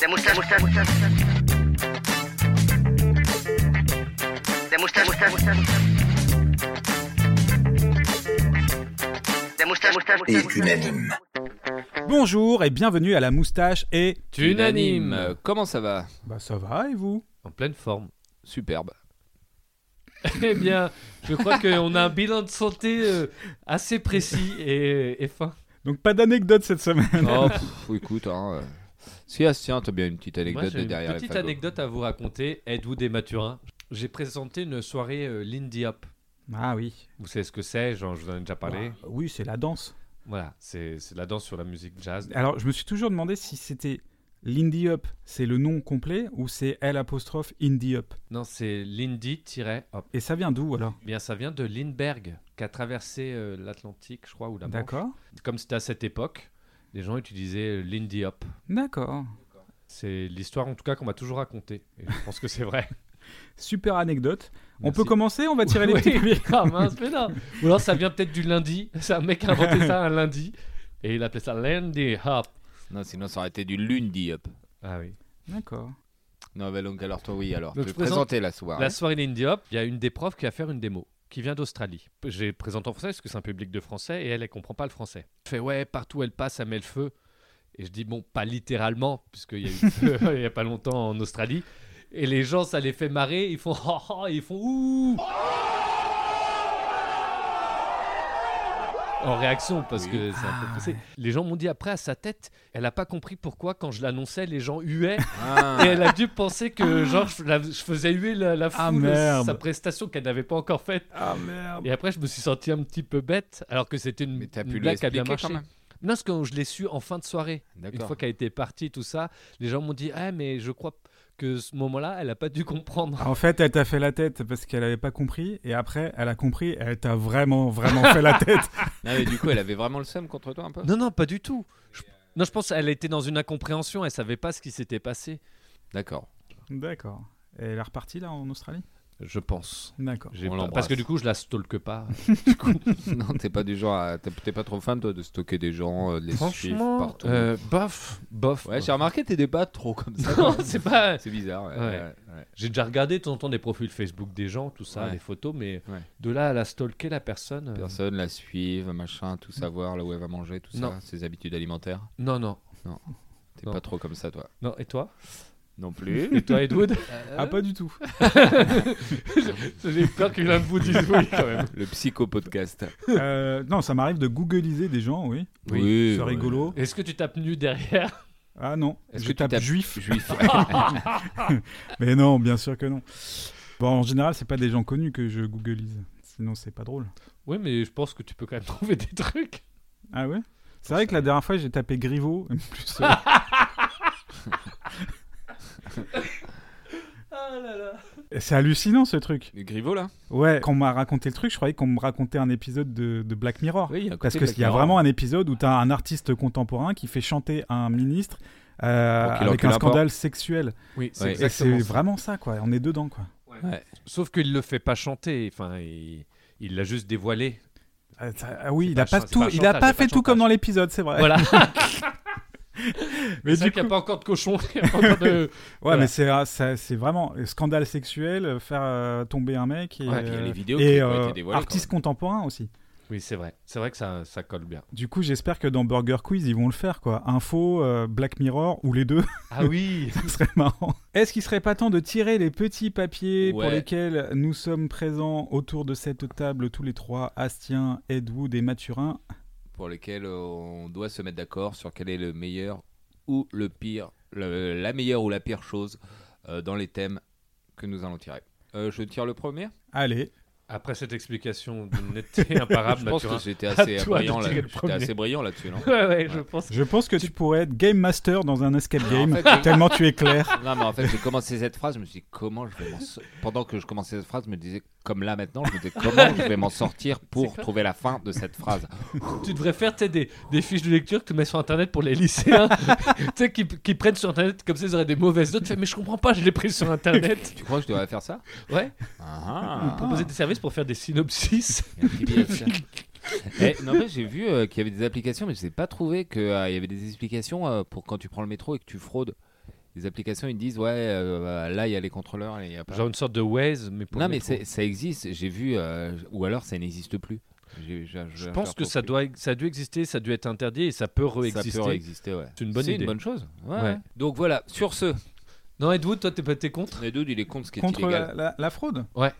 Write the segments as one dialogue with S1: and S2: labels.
S1: La moustache, moustache, moustache. La moustache, moustache, moustache. La moustache, moustache,
S2: et
S1: moustache.
S2: unanime.
S3: Bonjour et bienvenue à la moustache et.
S4: Unanime. Comment ça va
S3: Bah ça va et vous
S4: En pleine forme. Superbe. eh bien, je crois qu'on a un bilan de santé euh, assez précis et, et fin.
S3: Donc pas d'anecdote cette semaine.
S5: Oh, pff, écoute, hein. euh, Si, ah, tiens, t'as bien une petite
S4: Moi,
S5: anecdote
S4: j'ai
S5: de derrière
S4: une
S5: les
S4: petite
S5: fagots.
S4: anecdote à vous raconter, Edwood et Mathurin. J'ai présenté une soirée euh, Lindy Hop.
S3: Ah oui.
S4: Vous savez ce que c'est, genre, je vous en ai déjà parlé.
S3: Bah, oui, c'est la danse.
S4: Voilà, c'est c'est la danse sur la musique jazz.
S3: Alors je me suis toujours demandé si c'était Lindy Up, c'est le nom complet, ou c'est L apostrophe Indie Up.
S4: Non, c'est Lindy-Hop.
S3: Et ça vient d'où alors
S4: Eh Bien, ça vient de Lindbergh, qui a traversé euh, l'Atlantique, je crois, ou la Manche.
S3: D'accord.
S4: Comme c'était à cette époque, les gens utilisaient euh, Lindy Hop.
S3: D'accord.
S4: C'est l'histoire, en tout cas, qu'on m'a toujours racontée. Et je pense que c'est vrai.
S3: Super anecdote. On
S4: Merci.
S3: peut commencer, on va tirer les
S4: Oui,
S3: petits papiers.
S4: Ah mince, mais non. Ou alors ça vient peut-être du lundi. C'est un mec qui a inventé ça un lundi. Et il appelait ça Lindy Hop.
S5: Non, sinon ça aurait été du lundi up.
S4: Ah oui.
S3: D'accord.
S5: Non, mais donc alors toi, oui, alors.
S4: Donc,
S5: tu
S4: je
S5: veux présenter la soirée.
S4: La soirée Lindy Hop, il y a une des profs qui va faire une démo, qui vient d'Australie. J'ai présenté en français parce que c'est un public de français et elle, elle comprend pas le français. Je fais ouais, partout où elle passe, elle met le feu. Et je dis bon, pas littéralement, puisqu'il y a eu le feu il y a pas longtemps en Australie. Et les gens, ça les fait marrer, ils font oh, oh, ils font ouh. En réaction, parce que c'est un peu pressé. Les gens m'ont dit après à sa tête, elle a pas compris pourquoi quand je l'annonçais, les gens huaient
S5: Ah.
S4: et elle a dû penser que genre je, la- je faisais huer la, la foule,
S3: Ah, merde.
S4: sa prestation qu'elle n'avait pas encore faite.
S3: Ah merde.
S4: Et après, je me suis senti un petit peu bête, alors que c'était une,
S5: Mais t'as
S4: une
S5: pu
S4: blague qui a bien
S5: l'expliquer
S4: marché.
S5: quand même.
S4: Non, parce que je l'ai su en fin de soirée. Une
S5: D'accord.
S4: fois qu'elle était partie, tout ça, les gens m'ont dit Ah, mais je crois que ce moment-là, elle a pas dû comprendre.
S3: En fait, elle t'a fait la tête parce qu'elle avait pas compris, et après, elle a compris, et elle t'a vraiment, vraiment fait la tête.
S5: Non, Ah, mais du coup, elle avait vraiment le seum contre toi un peu.
S4: Non, non, pas du tout. Je- Non, je pense qu'elle était dans une incompréhension, elle savait pas ce qui s'était passé.
S5: D'accord.
S3: D'accord. Et elle est repartie là en Australie
S4: Je pense.
S3: D'accord.
S4: J'ai
S5: On
S4: pas-
S5: l'embrasse.
S4: Parce que du coup, je la stalke pas.
S5: non, t'es pas du genre à... T'es t'es pas trop fan, toi, de stocker des gens, euh, de les suivre partout.
S4: euh, bof, bof.
S5: Ouais, j'ai remarqué, t'es des pas trop comme ça.
S4: Non, c'est pas.
S5: C'est bizarre. ouais,
S4: Ouais.
S5: ouais, ouais.
S4: J'ai déjà regardé de temps en temps des profils Facebook des gens, tout ça,
S5: Ouais.
S4: les photos, mais
S5: Ouais.
S4: de là à la stalker la personne. euh,
S5: Personne la suive, machin, tout savoir, là où elle va manger, tout
S4: Non.
S5: ça, ses habitudes alimentaires.
S4: Non, non.
S5: T'es
S4: Non.
S5: pas trop comme ça, toi.
S4: Non, et toi
S5: Non plus.
S4: Et toi, Edwood
S3: Ah, pas du tout.
S4: J'ai peur que l'un de vous dise oui quand même.
S5: Le psycho-podcast.
S3: Euh, non, ça m'arrive de googliser des gens, oui.
S4: Oui,
S3: C'est
S5: ouais.
S3: rigolo.
S4: Est-ce que tu tapes nu derrière
S3: Ah non,
S5: Est-ce
S3: je
S5: que tu
S3: tape
S5: tapes
S3: juif.
S5: Juif.
S3: Mais non, bien sûr que non. Bon, en général, c'est pas des gens connus que je googlise. Sinon, c'est pas drôle.
S4: Oui, mais je pense que tu peux quand même trouver des trucs.
S3: Ah ouais C'est vrai que la dernière fois, j'ai tapé Griveaux. en plus, euh,
S4: Ah là là.
S3: c'est hallucinant ce truc.
S5: Le Griveau, là
S3: Ouais, quand on m'a raconté le truc, je croyais qu'on me racontait un épisode de, de Black Mirror.
S5: Oui, il y a un
S3: Ah. Parce
S5: côté
S3: qu'il y a
S5: Black Mirror.
S3: vraiment un épisode où tu as un artiste contemporain qui fait chanter un ministre euh,
S5: Pour qu'il
S3: avec
S5: encule
S3: un
S5: un porc.
S3: scandale sexuel.
S4: Oui, c'est
S5: Ouais.
S3: Et c'est
S4: exactement. ça.
S3: vraiment ça, quoi. On est dedans, quoi.
S4: Sauf qu'il le fait pas chanter. Enfin, il il l'a juste dévoilé.
S3: Ah, ça- ah oui,
S4: C'est
S3: il
S4: pas
S3: a pas,
S4: chan- c'est
S3: tout,
S4: pas
S3: il a
S4: chantage,
S3: pas
S4: c'est
S3: fait
S4: pas
S3: tout comme
S4: chantage.
S3: dans l'épisode, c'est vrai.
S4: Voilà.
S3: Mais
S4: C'est vrai
S3: du
S4: qu'il
S3: coup,
S4: n'y a pas encore de cochon. il y a pas encore de-
S3: ouais,
S4: voilà.
S3: mais c'est ah, ça- c'est vraiment scandale sexuel, euh, faire euh, tomber un mec et,
S5: Ouais, puis il y a les vidéos
S3: et,
S5: qui ont été
S3: euh,
S5: dévoilées,
S3: artiste contemporain aussi.
S4: Oui, c'est vrai. C'est vrai que ça, ça colle bien.
S3: Du coup, j'espère que dans Burger Quiz, ils vont le faire quoi. Info, euh, Black Mirror ou les deux,
S4: Ah oui
S3: ce serait marrant. Est-ce qu'il serait pas temps de tirer les petits papiers pour
S5: Ouais.
S3: lesquels nous sommes présents autour de cette table tous les trois, Astien, Edwood et Mathurin
S5: Pour lequel euh, on doit se mettre d'accord sur quel est le meilleur ou le pire, le- la meilleure ou la pire chose euh, dans les thèmes que nous allons tirer. Euh, je tire le premier
S3: Allez,
S4: Après cette explication d'une netteté imparable,
S5: Je pense que
S4: Mathurin.
S5: j'étais
S4: À
S5: assez,
S4: toi de
S5: brillant, là-
S4: tirer le
S5: j'étais
S4: premier.
S5: assez brillant là-dessus, non
S4: Ouais, ouais, je pense.
S3: je pense que tu pourrais être Game Master dans un escape
S5: Non, en
S3: game,
S5: fait, je-
S3: tellement tu es clair.
S5: Non, mais en fait, j'ai commencé cette phrase, je me suis dit, comment je vais m'en sortir Pendant que je commençais cette phrase, je me disais, comme là maintenant, je me disais, comment je vais m'en sortir pour trouver la fin de cette phrase
S4: Tu devrais faire tu sais, des, des fiches de lecture que tu mets sur internet pour les lycéens, tu sais, qui, qui prennent sur internet comme ça ils auraient des mauvaises notes. Tu fais, mais je comprends pas, je l'ai pris sur internet.
S5: Tu crois que je devrais faire ça
S4: Ouais,
S5: Ah, ah.
S4: proposer des services pour faire des synopsis.
S5: Il y a un petit billet de ça. Eh, non, mais j'ai vu euh, qu'il y euh, avait des applications, mais je n'ai pas trouvé qu'il il y avait des explications euh, pour quand tu prends le métro et que tu fraudes. Les applications, ils disent, ouais, euh, là, il y a les contrôleurs, là, il y a pas.
S4: Genre une sorte de Waze, mais pour
S5: non,
S4: le
S5: mais
S4: métro.
S5: c'est- ça existe, j'ai vu, euh, ou alors ça n'existe plus. J'ai- j'ai-
S4: Je
S5: j'ai
S4: pense que
S5: retrouvé.
S4: ça doit, ça a dû exister, ça a dû être interdit et ça peut
S5: Ça
S4: réexister.
S5: peut réexister, ouais.
S4: C'est une bonne idée.
S5: chose.
S4: Ouais.
S5: Donc voilà, sur ce,
S4: Non, Edwood, toi, t'es pas- t'es contre euh,
S5: Redwood, il est contre ce qui est
S3: Contre
S5: illégal.
S3: la, la- la fraude
S4: Ouais.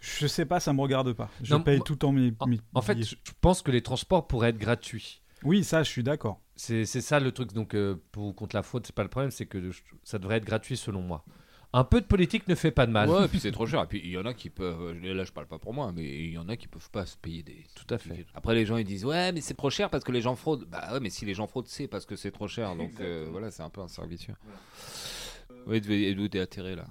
S3: Je sais pas, ça me regarde pas. Je
S4: Non,
S3: paye
S4: moi-
S3: tout le temps mes.
S4: En,
S3: mes
S4: en fait,
S3: billets.
S4: je je pense que les transports pourraient être gratuits.
S3: Oui, ça, je suis d'accord.
S4: C'est c'est ça le truc. Donc, euh, pour contre la fraude, c'est pas le problème, c'est que je- ça devrait être gratuit selon moi. Un peu de politique ne fait pas de mal.
S5: Ouais, et puis c'est trop cher. Et puis il y en a qui peuvent. euh, Là, je parle pas pour moi, mais il y en a qui peuvent pas se payer des.
S4: Tout à fait.
S5: Après, les gens ils disent ouais, mais c'est trop cher parce que les gens fraudent. Bah ouais, mais si les gens fraudent, c'est parce que c'est trop cher. Donc euh, voilà, c'est un peu un serviteur. Oui, et d'où t'es atterré là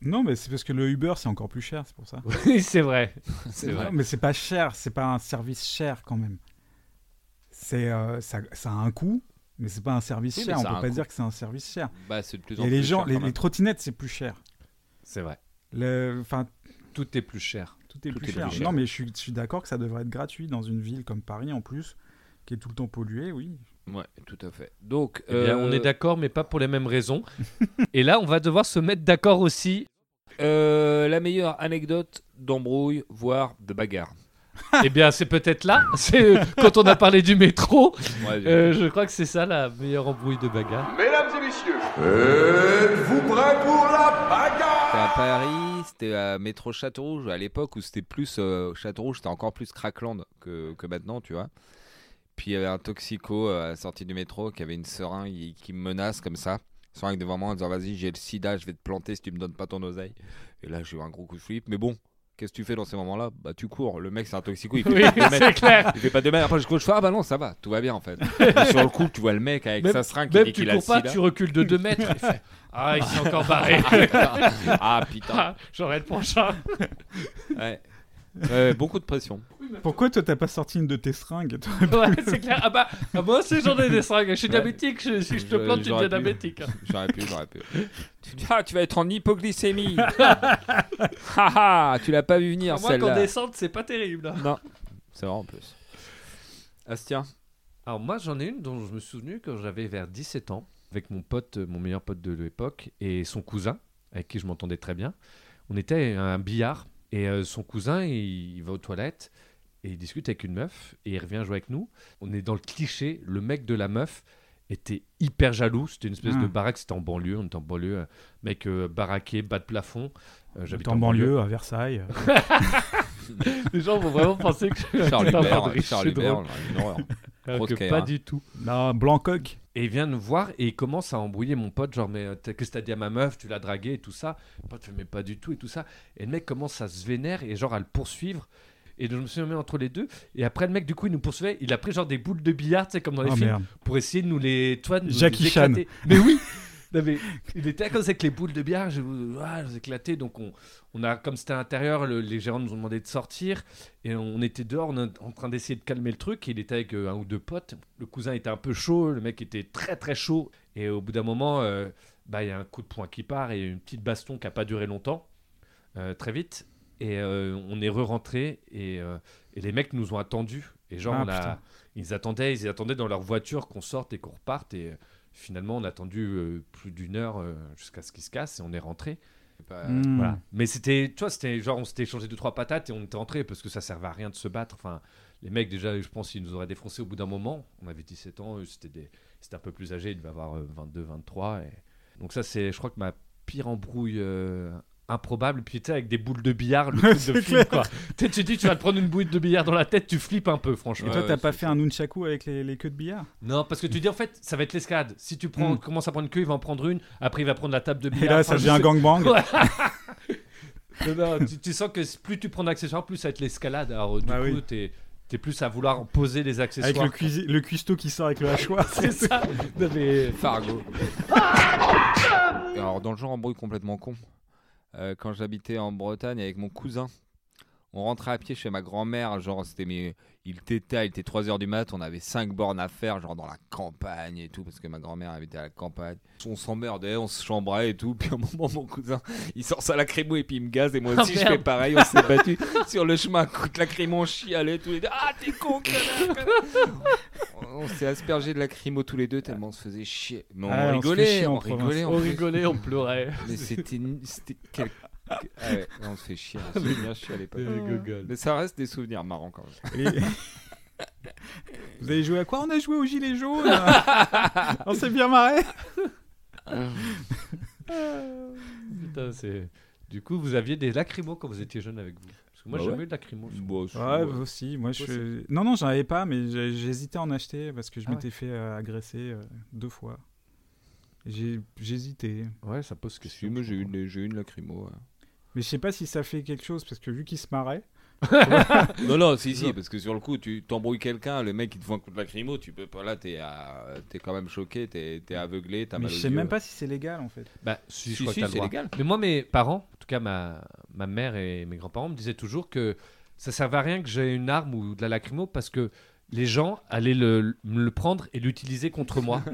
S3: Non, mais c'est parce que le Uber, c'est encore plus cher, c'est pour ça.
S4: Oui, c'est vrai.
S5: C'est vrai.
S3: Non, mais c'est pas cher, c'est pas un service cher quand même. C'est euh, ça, ça a un coût, mais c'est pas un service
S5: Oui, mais
S3: cher. On
S5: ça a
S3: peut
S5: un
S3: pas
S5: coût.
S3: dire que c'est un service cher.
S5: Bah c'est de plus en
S3: Et
S5: plus
S3: les gens,
S5: cher,
S3: les,
S5: quand même.
S3: les trottinettes, c'est plus cher.
S4: C'est vrai.
S3: Le- Enfin,
S4: Tout est plus cher.
S3: tout est,
S5: Tout
S3: plus,
S5: est plus
S3: cher.
S5: cher.
S3: Non, mais je suis, je suis d'accord que ça devrait être gratuit dans une ville comme Paris en plus, qui est tout le temps polluée, oui.
S5: Ouais, tout à fait. Donc
S4: Eh bien,
S5: euh,
S4: on est d'accord, mais pas pour les mêmes raisons. et là, on va devoir se mettre d'accord aussi.
S5: euh, la meilleure anecdote d'embrouille, voire de bagarre.
S4: Eh bien, c'est peut-être là. C'est euh, quand on a parlé du métro.
S5: Ouais, j'ai-
S4: Euh, je crois que c'est ça la meilleure embrouille de bagarre.
S2: Mesdames et messieurs, êtes-vous prêts pour la bagarre
S5: C'était à Paris, c'était à métro Châteaurouge, à l'époque où c'était plus euh, Châteaurouge, c'était encore plus Crackland que, que maintenant, tu vois. Puis il y avait un toxico euh, à la sortie du métro qui avait une seringue il- qui me menace comme ça. Seringue devant moi en disant Vas-y, j'ai le sida, je vais te planter si tu me donnes pas ton oseille. Et là, j'ai eu un gros coup de flip. Mais bon, qu'est-ce que tu fais dans ces moments-là Bah, tu cours. Le mec, c'est un toxico, il fait
S4: Oui,
S5: pas deux mètres.
S4: c'est clair.
S5: Il fait pas deux mètres. Après, je cours, je fais Ah bah non, ça va, tout va bien en fait. Mais sur le coup, tu vois le mec avec
S4: Même-
S5: sa seringue qui
S4: Même
S5: dit
S4: tu
S5: qu'il a le
S4: cours pas,
S5: sida.
S4: tu recules de 2 mètres. Il fait, Ah, il s'est encore barré.
S5: Ah putain.
S4: Ah, J'aurai le prochain.
S5: Ouais. Ouais, beaucoup de pression.
S3: Pourquoi toi, t'as pas sorti une de tes sringues toi
S4: Ouais, c'est clair. Ah bah, ah, moi aussi j'en ai des seringues. Je suis
S5: Ouais.
S4: diabétique. Je- si je te
S5: Je-
S4: plante, tu
S5: j'aurais
S4: deviens
S5: pu.
S4: diabétique.
S5: J'aurais pu, j'aurais pu. Tu dis, ah, tu vas être en hypoglycémie. Haha, tu l'as pas vu venir
S4: Moi, qu'en
S5: celle-là.
S4: descente, c'est pas terrible.
S5: Non, c'est vrai en plus. Astien,
S4: Alors moi j'en ai une dont je me souvenais quand j'avais vers 17 ans, avec mon pote, euh, mon meilleur pote de l'époque, et son cousin, avec qui je m'entendais très bien. On était à un billard, et euh, son cousin, il, il va aux toilettes, et il discute avec une meuf, et il revient jouer avec nous. On est dans le cliché, le mec de la meuf était hyper jaloux, c'était une espèce
S3: Ah.
S4: de baraque, c'était en banlieue, on était en banlieue, euh, mec euh, baraqué, bas de plafond. Euh, j'habite
S3: J'habite en banlieue, à Versailles.
S4: Les gens vont vraiment penser que je suis un
S5: Charles
S4: putain
S5: Hubert,
S4: de riche,
S5: Charles
S4: c'est drôle,
S5: Hubert, une horreur.
S4: alors
S5: grosse
S4: que
S5: caille,
S4: pas
S5: hein.
S4: du tout.
S3: Non, Blancoc.
S4: Et il vient nous voir et il commence à embrouiller mon pote, genre, mais euh, t'as- qu'est-ce que t'as dit à ma meuf Tu l'as draguée et tout ça. Mon pote fait, mais pas du tout et tout ça. Et le mec commence à se vénère et genre à le poursuivre. Et je me suis mis entre les deux. Et après, le mec, du coup, il nous poursuivait. Il a pris genre des boules de billard, tu sais, comme dans les
S3: Oh,
S4: films,
S3: merde.
S4: pour essayer de nous les. Toi, de nous
S3: Jackie
S4: les éclater. Mais oui Non, mais il était comme ça avec les boules de billard. Je vous ah, je vous éclatais. Donc, on, on a, comme c'était à l'intérieur, le- les gérants nous ont demandé de sortir. Et on était dehors, on est en train d'essayer de calmer le truc. et il était avec euh, un ou deux potes. Le cousin était un peu chaud, le mec était très très chaud. Et au bout d'un moment, euh, bah, il y a un coup de poing qui part et une petite baston qui n'a pas duré longtemps, euh, très vite. Et euh, on est re-rentré et, euh, et les mecs nous ont attendus. Et genre,
S3: Ah,
S4: on a-
S3: putain.
S4: ils attendaient, ils attendaient dans leur voiture qu'on sorte et qu'on reparte. Et euh, finalement, on a attendu euh, plus d'une heure euh, jusqu'à ce qu'ils se cassent et on est rentré.
S3: Hmm.
S4: Voilà. Mais c'était, tu vois, c'était genre on s'était échangé deux trois patates et on était entrés parce que ça servait à rien de se battre. Enfin, les mecs déjà, je pense, ils nous auraient défoncé au bout d'un moment. On avait 17 ans, eux, c'était des, c'était un peu plus âgé, ils devaient avoir euh, 22, 23. Et... Donc ça, c'est, je crois que ma pire embrouille. euh, improbable puis tu sais avec des boules de billard le truc de
S3: C'est
S4: film
S3: clair.
S4: quoi tu sais, tu dis tu vas te prendre une bouille de billard dans la tête tu flippes un peu franchement
S3: Et toi, t'as pas fait un nunchaku avec les, les queues de billard
S4: non parce que tu dis en fait ça va être l'escalade si tu prends
S3: Mm.
S4: commences à prendre une queue il va en prendre une après il va prendre la table de billard
S3: Et là,
S4: Enfin,
S3: ça
S4: je
S3: devient un
S4: sais-
S3: gangbang.
S4: Ouais. Non, non, tu, tu sens que c- plus tu prends d'accessoires, plus ça va être l'escalade. Alors, du
S3: Bah
S4: coup,
S3: oui.
S4: t'es es plus à vouloir poser les accessoires.
S3: Avec le, cuisi- le cuistot qui sort avec le hachoir.
S4: C'est ça. Non, mais-
S5: Fargo. Alors, dans le genre embrouille complètement con, euh, quand j'habitais en Bretagne avec mon cousin, on rentrait à pied chez ma grand-mère, genre c'était mais il t'était, il était 3h du mat, on avait 5 bornes à faire, genre dans la campagne et tout, parce que ma grand-mère habitait à la campagne. On s'emmerdait, on se chambrait et tout, puis à un moment mon cousin, il sort sa lacrymo et puis il me gaze, et moi
S4: Ah,
S5: aussi je
S4: merde.
S5: fais pareil, on s'est battu sur le chemin, coup de lacrymo, on chialait tous les deux, ah t'es con, connard, connard. on s'est aspergé de lacrymo tous les deux tellement on se faisait chier. Mais on
S3: Ah, on se fait
S5: rigolait,
S3: chier en
S5: on,
S3: province.
S5: rigolait,
S4: On
S5: fait-
S4: rigolait, on pleurait.
S5: Mais c'était. c'était quel- Ah ouais, on se fait chier, on se fait bien chier à l'époque. Mais ça reste des souvenirs marrants quand même.
S3: Et- Vous avez joué à quoi On a joué au gilet jaune On s'est bien marré
S4: Putain, c'est. Du coup, vous aviez des lacrymos quand vous étiez jeune avec vous. Parce que moi,
S5: Bah
S4: j'ai
S5: ouais.
S4: jamais eu de lacrymos.
S3: Ouais,
S5: bah,
S3: vous aussi. Moi, je suis... Non, non, j'en avais pas, mais j'ai- j'hésitais à en acheter parce que je
S4: Ah
S3: m'étais fait euh, agresser euh, deux fois. J'ai- J'hésitais.
S4: Ouais, ça pose question.
S5: moi j'ai eu, une- j'ai eu une lacrymo. ouais.
S3: Mais je sais pas si ça fait quelque chose parce que vu qu'il se marrait,
S5: Non, non, si, si, parce que sur le coup, tu t'embrouilles quelqu'un, le mec il te voit un coup de lacrymo, tu peux pas. Là, t'es à- t'es quand même choqué, t'es es aveuglé, t'as
S3: mais
S5: mal
S3: je
S5: aux
S3: sais
S5: yeux.
S3: même pas si c'est légal en fait.
S4: Bah, si, je
S5: Si,
S4: crois
S5: si,
S4: que t'as le
S5: c'est
S4: droit.
S5: légal.
S4: Mais moi, mes parents, en tout cas ma, ma mère et mes grands-parents, me disaient toujours que ça servait à rien que j'ai une arme ou de la lacrymo parce que les gens allaient le, me le prendre et l'utiliser contre moi.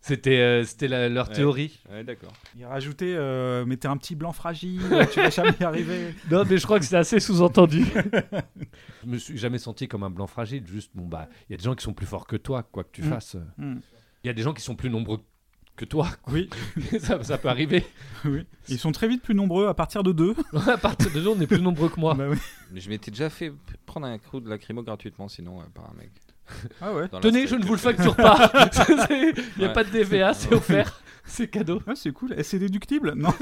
S4: C'était euh, c'était la- leur
S5: Ouais.
S4: théorie.
S5: Ouais, d'accord.
S3: Il rajoutait, euh, mais t'es un petit blanc fragile, tu vas jamais y arriver.
S4: Non, mais je crois que c'est assez sous-entendu. je me suis jamais senti comme un blanc fragile. Juste, bon, bah, il y a des gens qui sont plus forts que toi, quoi que tu
S3: Mm.
S4: fasses.
S3: Hmm.
S4: Il y a des gens qui sont plus nombreux que toi.
S3: Oui,
S4: ça, ça peut arriver.
S3: oui. Ils sont très vite plus nombreux à partir de deux.
S4: à partir de nous, on est plus nombreux que moi.
S3: Bah oui.
S5: Mais je m'étais déjà fait p- prendre un coup de lacrymo gratuitement, sinon, ouais, par un mec.
S3: Ah ouais.
S5: Dans la
S4: Tenez,
S5: street.
S4: je ne vous le facture pas. Il n'y a
S5: Ouais.
S4: pas de DVA, c'est offert. C'est cadeau.
S3: Ah, c'est cool. Et c'est déductible Non.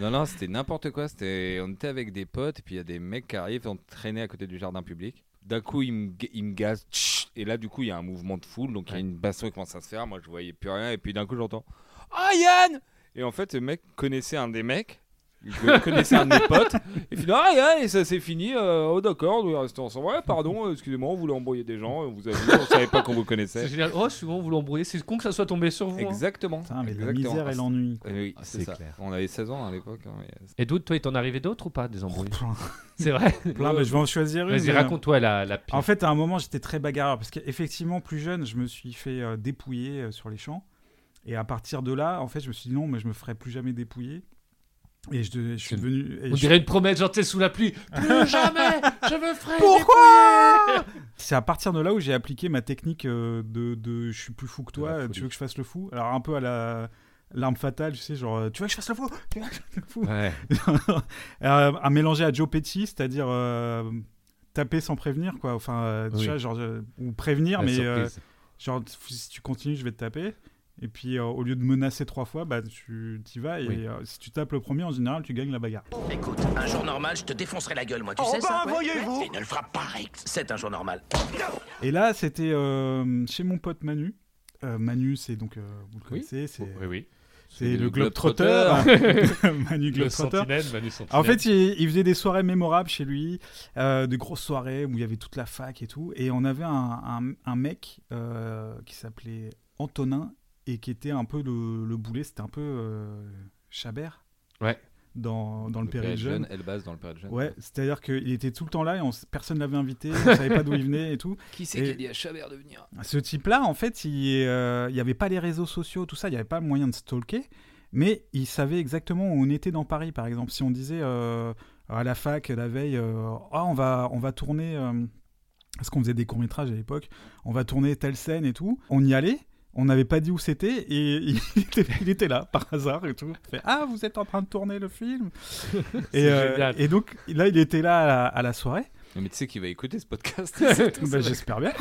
S5: Non, non, c'était n'importe quoi. C'était... On était avec des potes, puis il y a des mecs qui arrivent, on traînait à côté du jardin public. D'un coup, ils me, ga- ils me gazent. tchit, Et là, du coup, il y a un mouvement de foule, donc il y a une baston qui commence à se faire. Moi, je voyais plus rien, et puis d'un coup, j'entends Ah, Yann Et en fait, le mec connaissait un des mecs. Je connaissais un de mes potes. Et puis, ah, Yann, et ça s'est fini. euh, oh, d'accord, on est resté ensemble. Ouais, pardon, euh, excusez-moi, on voulait embrouiller des gens. On vous a vu, on savait pas qu'on vous
S4: C'est
S5: connaissait.
S4: génial. Oh, souvent, vous l'embrouillez. C'est con que ça soit tombé sur vous. hein.
S5: Exactement.
S3: Putain, mais la
S5: Exactement.
S3: misère et l'ennui.
S5: Euh, oui,
S4: Ah,
S5: c'est
S4: c'est
S5: ça.
S4: clair.
S5: On avait 16 ans à l'époque. hein, mais-
S4: Et d'autres, toi, il t'en arrivait d'autres ou pas des embrouilles
S3: Plein,
S4: C'est vrai.
S3: plein, mais je vais en choisir une.
S4: Vas-y,
S3: Oh, mais-
S4: raconte-toi la, la pire.
S3: En fait, à un moment, j'étais très bagarreur parce qu'effectivement, plus jeune, je me suis fait euh, dépouiller euh, sur les champs. Et à partir de là, en fait, je me suis dit non, mais je me ferai plus jamais dépouiller. Et je, de- je suis
S4: C'est-
S3: devenu. et
S4: On
S3: je-
S4: dirait une promesse gentille sous la pluie. Plus jamais Je me ferai.
S3: Pourquoi C'est à partir de là où j'ai appliqué ma technique euh, de, de je suis plus fou que
S4: De la
S3: toi, euh,
S4: folie.
S3: tu veux que je fasse le fou Alors un peu à la l'arme fatale, tu sais, genre euh, tu veux que je fasse le fou, Tu veux que je fasse le fou
S4: Ouais.
S3: Euh, à mélanger à Joe Pesci, c'est-à-dire euh, taper sans prévenir, quoi. Enfin, euh, tu
S4: Oui.
S3: vois, genre, euh, ou prévenir,
S4: la
S3: mais euh,
S4: surprise.
S3: genre, f- si tu continues, je vais te taper. Et puis, euh, au lieu de menacer trois fois, bah, tu t'y vas. Et
S4: Oui.
S3: euh, si tu tapes le premier, en général, tu gagnes la bagarre.
S6: Écoute, un jour normal, je te défoncerai la gueule, moi,
S7: Oh,
S6: tu sais
S7: bah,
S6: ça voyez-vous Et ne le frappe pas, Rex. C'est un jour normal.
S3: Et là, c'était euh, chez mon pote Manu. Euh, Manu, c'est donc, euh, vous le
S4: Oui.
S3: connaissez, c'est
S4: Oui, oui.
S3: c'est le
S5: Globetrotter.
S3: Globetrotter. Manu
S4: Le
S3: Globetrotter.
S4: sentinelle, Manu Sentinelle.
S3: En fait, il, il faisait des soirées mémorables chez lui, euh, de grosses soirées où il y avait toute la fac et tout. Et on avait un, un- un mec euh, qui s'appelait Antonin et qui était un peu le, le boulet, c'était un peu euh, Chabert
S4: Ouais.
S3: dans, dans le,
S5: Père
S3: Péril jeune.
S5: Elbaz dans le Père jeune.
S3: Ouais, c'est-à-dire qu'il était tout le temps là et on s- personne ne l'avait invité, on savait pas d'où il venait et tout.
S5: Qui
S3: c'est qui a
S5: dit à Chabert de venir
S3: Ce type-là, en fait, il euh, il y avait pas les réseaux sociaux, tout ça, il n'y avait pas moyen de stalker, mais il savait exactement où on était dans Paris, par exemple. Si on disait euh, à la fac la veille, euh, Ah, on, va, on va tourner, euh, parce qu'on faisait des courts-métrages à l'époque, on va tourner telle scène et tout, on y allait. On n'avait pas dit où c'était et il était, il était là par hasard et tout. Il fait, ah, vous êtes en train de tourner le film et, euh,
S4: génial.
S3: et donc là, il était là à la- à la soirée.
S5: Mais tu sais qu'il va écouter ce podcast.
S3: Bah, J'espère bien.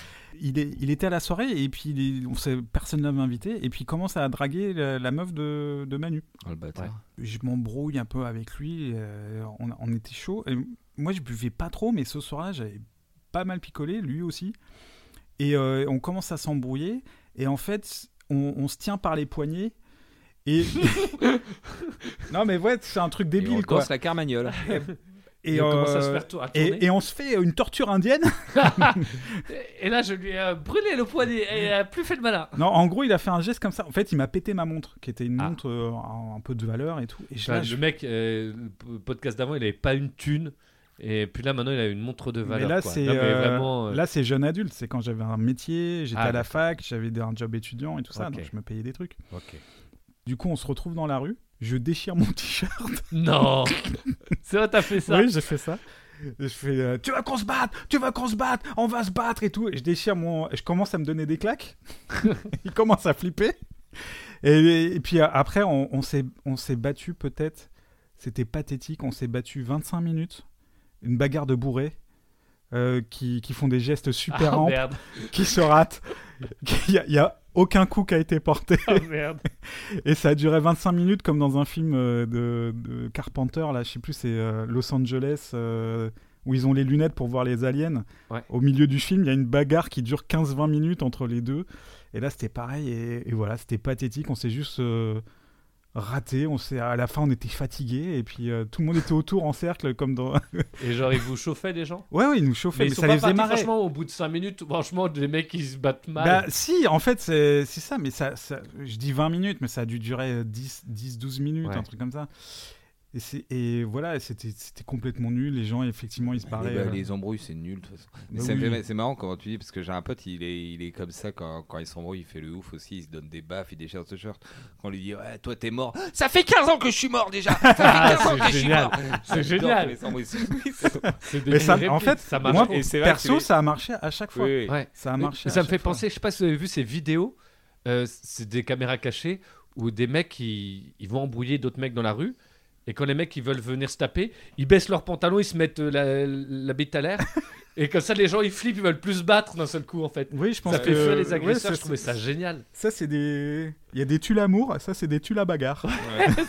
S3: il, est- il était à la soirée et puis il est- on sait, personne ne l'avait invité et puis il commence à draguer la, la meuf de, de Manu.
S5: Oh, le bâtard.
S3: Je m'embrouille un peu avec lui, euh, on, on était chaud. Et moi je buvais pas trop mais ce soir-là j'avais pas mal picolé, lui aussi. Et euh, on commence à s'embrouiller et en fait on, on se tient par les poignets. Et... non mais ouais c'est un truc
S5: Et on
S3: débile quoi.
S5: danse la carmagnole.
S4: Et, on commence à se faire tour- à tourner.
S3: euh, et, et on se fait une torture indienne.
S4: Et là, je lui ai euh, brûlé le poignet et il a plus fait de malin.
S3: Non, en gros, il a fait un geste comme ça. En fait, il m'a pété ma montre, qui était une
S4: Ah.
S3: montre euh, un, un peu de valeur et tout. Et je,
S4: Enfin,
S3: là, je-
S4: Le mec, euh, le p- podcast d'avant, il n'avait pas une thune. Et puis là, maintenant, il a une montre de valeur.
S3: mais là,
S4: quoi.
S3: c'est
S4: Non, mais
S3: euh,
S4: vraiment, euh,
S3: là, c'est jeune adulte. C'est quand j'avais un métier, j'étais
S4: Ah,
S3: à la
S4: d'accord.
S3: fac, j'avais des- un job étudiant et tout ça,
S4: Ok.
S3: donc je me payais des trucs.
S4: ok.
S3: Du coup, on se retrouve dans la rue. Je déchire mon t-shirt.
S4: Non C'est vrai, t'as fait ça
S3: Oui, j'ai fait ça. Je fais, euh, tu vas qu'on se batte, tu vas qu'on se batte, on va se battre et tout. Et je déchire mon. Je commence à me donner des claques. Il commence à flipper. Et, et puis euh, après, on, on s'est on s'est battu peut-être. C'était pathétique. On s'est battu 25 minutes. Une bagarre de bourrés euh, qui, qui font des gestes super
S4: Ah,
S3: amples,
S4: merde.
S3: qui se ratent. Il y a- il y a aucun coup qui a été porté.
S4: Ah, merde.
S3: Et ça a duré 25 minutes comme dans un film euh, de, de Carpenter, là, je sais plus, c'est euh, Los Angeles, euh, où ils ont les lunettes pour voir les aliens.
S4: Ouais.
S3: Au milieu du film, il y a une bagarre qui dure 15-20 minutes entre les deux. Et là, c'était pareil, et, et voilà, c'était pathétique, on s'est juste euh, raté, on s'est, à la fin, on était fatigué, et puis euh, tout le monde était autour en cercle, comme dans...
S4: Et genre, ils vous chauffaient les gens
S3: Ouais, ouais, ils nous chauffaient,
S4: Mais
S3: mais,
S4: ils sont
S3: ça
S4: pas
S3: les faisait
S4: partis,
S3: marrer.
S4: Franchement, au bout de 5 minutes, franchement, les mecs, ils se battent mal.
S3: Bah si, en fait, c'est c'est ça, mais ça, ça- je dis 20 minutes, mais ça a dû durer euh, 10, 10 12 minutes,
S4: Ouais.
S3: un truc comme ça. Et, c'est- et voilà, c'était c'était complètement nul. Les gens, effectivement, ils se parlaient.
S5: Bah,
S3: euh,
S5: Les embrouilles, c'est nul de toute façon. Mais
S3: Bah
S5: ça me fait
S3: oui.
S5: ma- c'est marrant comment tu dis, parce que j'ai un pote, il est, il est comme ça quand, quand il s'embrouille, il fait le ouf aussi, il se donne des baffes, il déchire ce shirt. Quand on lui dit, ouais, toi t'es mort, ça fait 15 ans que je suis mort déjà Ça fait 15 ans
S4: Ah, c'est
S5: que je suis
S4: génial.
S5: mort
S4: C'est
S5: J'adore
S4: génial.
S5: que les embrouilles se finissent.
S4: C'est des
S3: Mais ça,
S4: répliques,
S3: en fait,
S4: ça marche.
S3: moi,
S4: pas.
S5: Et c'est vrai
S3: perso,
S5: qu'il est-
S3: ça a marché à chaque fois.
S5: Oui, oui.
S4: Ouais.
S3: Ça a marché.
S4: Ça
S3: à
S4: me fait
S3: chaque fois.
S4: penser, je sais pas si vous avez vu ces vidéos, euh, c'est des caméras cachées où des mecs ils, ils vont embrouiller d'autres mecs dans la rue. Et quand les mecs ils veulent venir se taper, ils baissent leurs pantalons, ils se mettent euh, la, la bite à l'air. et comme ça, les gens ils flippent, ils veuvent plus se battre d'un seul coup en fait.
S3: Oui, je pense
S4: Ça
S3: que
S4: fait fuir les
S3: ouais,
S4: agresseurs,
S3: ça,
S4: je trouvais ça génial.
S3: Ça, c'est des. Il y a des tues l'amour, ça, c'est des tues la bagarre.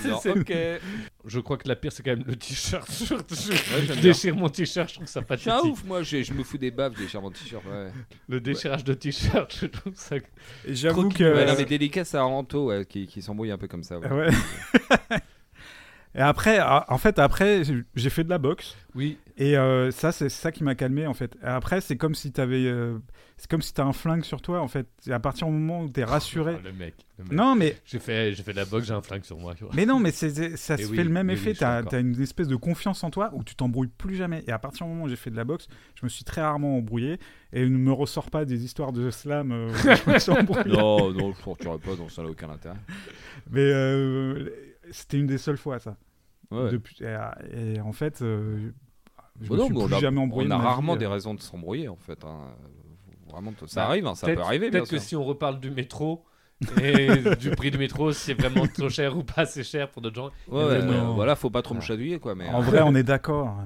S4: C'est-
S5: Non.
S4: c'est- Je crois que la pire c'est quand même le t-shirt. Je, je- je
S5: j'aime bien.
S4: déchire mon t-shirt, je trouve ça
S5: Je suis un
S4: pathétique.
S5: ouf, moi, je, je me fous des baffes, je déchire mon t-shirt. Ouais.
S4: Le déchirage de t-shirt, je trouve ça.
S3: Et J'avoue que. Ah
S5: Ouais, non, mais délicat, c'est Aranto ouais, qui, qui s'embrouille un peu comme ça. ouais.
S3: Ouais. Et après, a- en fait, après, j'ai fait de la boxe.
S4: Oui,
S3: Et euh, ça, c'est ça qui m'a calmé en fait. Et Après, c'est comme si t'avais, euh, c'est comme si t'as un flingue sur toi en fait. Et à partir du moment où t'es rassuré.
S4: Oh, le mec. le mec.
S3: Non, mais
S4: J'ai fait, j'ai fait de la boxe, j'ai un flingue sur moi. tu vois.
S3: mais non, mais c'est- c'est- ça
S4: Eh
S3: se
S4: oui,
S3: fait le même
S4: oui, oui,
S3: effet.
S4: je suis
S3: T'as
S4: d'accord.
S3: t'as une espèce de confiance en toi où tu t'embrouilles plus jamais. Et à partir du moment où j'ai fait de la boxe, je me suis très rarement embrouillé et ne me ressort pas des histoires de slam. euh, où je me suis embrouillé.
S5: Non, non, je ne sortirai pas, donc ça n'a aucun intérêt.
S3: mais euh, c'était une des seules fois ça.
S5: Ouais.
S3: Depuis- et, euh, et en fait, euh, je
S5: Bah
S3: me
S5: non,
S3: suis
S5: mais on
S3: plus
S5: a-
S3: jamais embrouillé.
S5: On
S3: de
S5: a
S3: ma vie,
S5: rarement
S3: euh.
S5: des raisons de s'embrouiller en fait. hein. Vraiment, ça
S4: Bah,
S5: arrive, hein, ça
S4: peut-être-
S5: peut arriver. bien
S4: Peut-être que
S5: sûr.
S4: si on reparle du métro et du prix du métro, si c'est vraiment trop cher ou pas assez cher pour d'autres gens.
S5: Ouais,
S4: Il y a des
S5: ouais,
S4: moyens.
S5: ouais, voilà, faut pas trop me chatouiller quoi. Mais euh,
S3: En vrai, on est d'accord.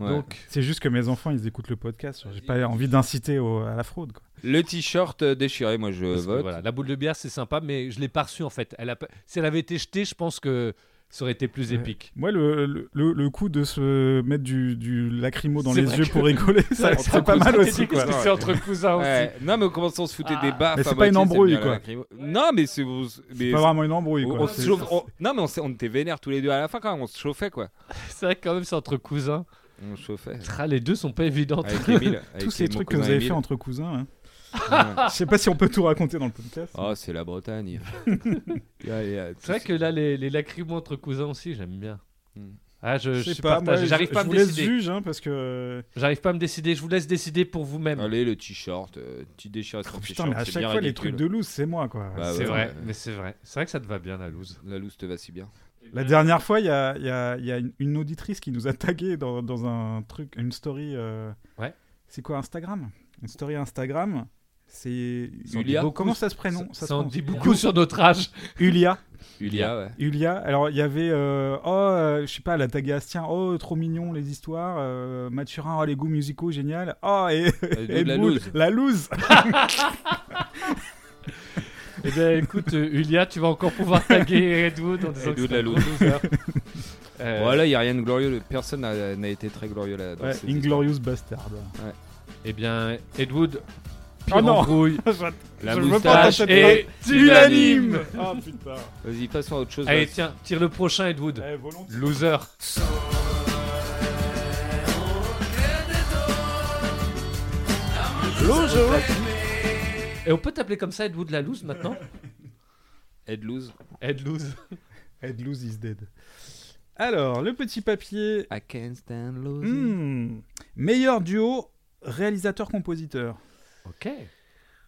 S5: ouais.
S4: Donc,
S3: C'est juste que mes enfants, ils écoutent le podcast. J'ai pas envie d'inciter au- à la fraude. quoi.
S5: le t-shirt euh, déchiré, moi je
S4: parce que
S5: vote.
S4: voilà, la boule de bière, c'est sympa, mais je l'ai pas reçue en fait. Elle a pas- Si elle avait été jetée, je pense que ça aurait été plus
S3: Ouais.
S4: épique.
S3: Moi, le, le- le- le coup de se mettre du, du lacrymo dans
S4: C'est
S3: les
S4: vrai
S3: yeux
S4: que-
S3: pour rigoler, ça- c'est
S5: c'est
S3: pas
S5: un coup
S3: mal
S5: de
S3: aussi.
S5: synthétique,
S3: Quoi.
S5: quoi.
S4: C'est entre cousins
S5: Ouais.
S4: aussi.
S5: Ah, Non, mais comment ça, on se foutait
S4: Ah.
S5: des baffes
S3: Mais c'est
S5: à
S3: pas
S5: moitié,
S3: une
S5: c'est
S3: embrouille,
S5: bien la
S3: quoi.
S5: lacrymo. Non, mais c'est vous.
S3: C'est
S5: mais
S3: pas vraiment une embrouille.
S5: on-
S3: quoi.
S5: on
S3: C'est-
S5: se chauffe- on- Non, mais on, s'est- on était vénères tous les deux à la fin quand même. On se chauffait quoi.
S4: C'est vrai que quand même, c'est entre cousins.
S5: On se chauffait.
S4: Ah, les deux sont pas évidentes.
S5: Avec Emile.
S3: Tous ces trucs que vous avez fait entre cousins. hein. Je sais pas si on peut tout raconter dans le podcast.
S5: Oh, c'est la Bretagne. Yeah, yeah,
S4: C'est vrai que là, les, les lacrymos entre cousins aussi, j'aime bien.
S5: Hmm.
S4: Ah, je,
S3: Je
S4: je
S3: sais
S4: suis
S3: pas, moi,
S4: partagé,
S3: je-
S4: j'arrive pas à
S3: je
S4: me
S3: vous laisse
S4: décider.
S3: juge hein, parce que
S4: J'arrive pas à me décider, je vous laisse décider pour vous-même.
S5: Allez, le t-shirt, euh, tu déchires
S3: Oh,
S5: ton
S3: putain,
S5: t-shirt.
S3: mais à
S5: c'est
S3: chaque
S5: bien
S3: fois les
S5: ridicule.
S3: trucs de loose, c'est moi quoi.
S5: Bah,
S4: c'est
S5: ouais,
S4: vrai,
S5: ouais.
S4: mais c'est vrai. C'est vrai que ça te va bien la loose.
S5: La loose te va si bien.
S3: La dernière fois, il y a, il y a- il y a une, une auditrice qui nous a tagué dans, dans un truc, une story. euh,
S4: Ouais.
S3: C'est quoi Instagram Une story Instagram. C'est
S5: Ça en dit beaucoup.
S3: Comment Ah ça se prénom
S4: ça,
S3: se
S4: en
S3: prononce
S4: dit beaucoup sur notre âge.
S3: Ulia.
S5: Ulia, ouais.
S3: Ulia. Alors il y avait euh, oh euh, je sais pas la tagué Astien. Oh trop mignon les histoires. euh, Mathurin oh les goûts musicaux génial. Oh et,
S5: Euh, de
S3: et
S5: la
S3: Boule,
S5: loose.
S3: La loose.
S4: Eh bien, écoute, euh, Ulia, tu vas encore pouvoir taguer Redwood en disant que
S5: Redwood
S4: c'est
S5: la
S4: un gros
S5: loose.
S4: loser. Euh,
S5: Voilà, il n'y a rien de glorieux. Personne n'a n'a été très glorieux là. dans
S3: Ouais,
S5: ces histoires.
S3: Inglorious bastard.
S4: Eh bien, Edwood, pire
S3: Oh non.
S4: embrouille,
S5: La
S3: Je veux pas
S5: moustache.
S3: t'acheter.
S4: et unanime
S3: Ah putain.
S5: Vas-y, passons à autre chose.
S4: Allez,
S5: vas-y.
S4: tiens, tire le prochain, Edwood.
S3: Eh, volontiers.
S4: Loser. Et on peut t'appeler comme ça, Edwood la loose, maintenant
S5: Ed Loose.
S4: Ed loose.
S3: Ed Loose is dead. Alors, le petit papier.
S5: I can't stand losing.
S3: Hmm. Meilleur duo réalisateur-compositeur.
S4: Ok.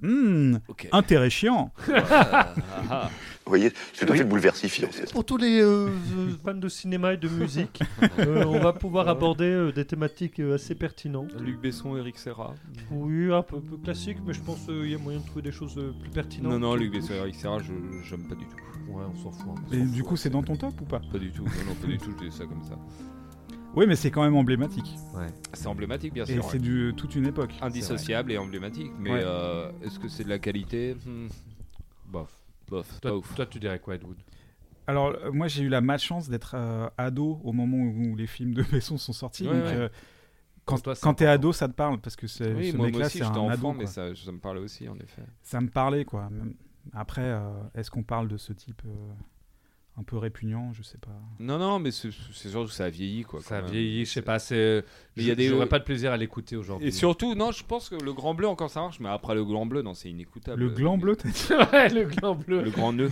S3: Hmm,
S5: Ok.
S3: intérêt chiant.
S8: Vous voyez, c'est tout à fait bouleversifiant. c'est-
S9: Pour tous les euh, euh, fans de cinéma et de musique, euh, on va pouvoir aborder euh, des thématiques euh, assez pertinentes.
S5: Luc Besson, Eric Serra.
S9: Oui, un peu, peu classique, mais je pense qu'il y a moyen de trouver des choses euh, plus pertinentes.
S5: Non, non, Luc Besson, Eric Serra, je j'aime pas du tout.
S9: Ouais, on s'en fout.
S3: Et du coup, c'est dans ton top ou pas
S5: Pas du tout. Non, non, pas du tout, je dis ça comme ça.
S3: Oui, mais c'est quand même emblématique.
S5: C'est Ah. emblématique, bien
S3: Et
S5: sûr.
S3: c'est du euh, toute une époque.
S5: Indissociable et emblématique. Mais
S3: Ouais.
S5: euh, est-ce que c'est de la qualité Hmm,
S4: Bof.
S5: Bof, pas
S4: Toi,
S5: ouf.
S4: toi, tu dirais quoi, Ed Wood
S3: Alors, euh, moi, j'ai eu la malchance d'être euh, ado au moment où, les films de Besson sont sortis.
S5: Ouais,
S3: donc,
S5: ouais.
S3: euh, quand
S4: Pour toi, c'est
S3: quand t'es
S4: important.
S3: ado, ça te parle parce que c'est-
S5: Oui,
S3: ce
S5: moi, moi
S3: mec-là,
S5: aussi,
S3: c'est
S5: j'étais
S3: un
S5: enfant,
S3: ado.
S5: mais
S3: quoi.
S5: ça, ça me parlait aussi, en effet.
S3: Ça me parlait, quoi. Même- Après, euh, est-ce qu'on parle de ce type euh, un peu répugnant Je sais pas.
S5: Non, non, mais c'est c'est surtout que ça a vieilli, quoi.
S4: Ça
S5: quand même.
S4: vieillit, je sais pas. C'est.
S5: Mais il y a
S4: J'aurais
S5: des-
S4: pas de plaisir à l'écouter aujourd'hui.
S5: Et surtout, non, je pense que le grand bleu, encore ça marche, mais après le grand bleu, non, c'est inécoutable.
S3: Le gland bleu, t'as dit
S4: ouais, le gland bleu.
S5: Le grand nœud.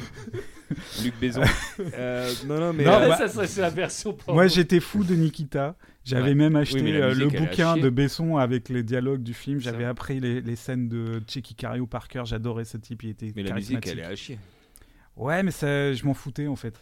S5: Luc Besson. Euh, non, non, mais.
S3: Non,
S5: euh,
S4: Ouais,
S3: bah-
S4: ça, ça, c'est la version. porno.
S3: Moi, j'étais fou de Nikita. J'avais même acheté
S5: mais
S3: euh,
S5: la
S3: le
S5: musique, elle est à
S3: bouquin
S5: chier.
S3: de Besson avec les dialogues du film. J'avais
S5: Ça.
S3: appris les, les scènes de Checky Cario par cœur. J'adorais ce type. Il était
S5: mais la musique,
S3: charismatique.
S5: elle est à chier.
S3: Ouais, mais ça, je m'en foutais en fait.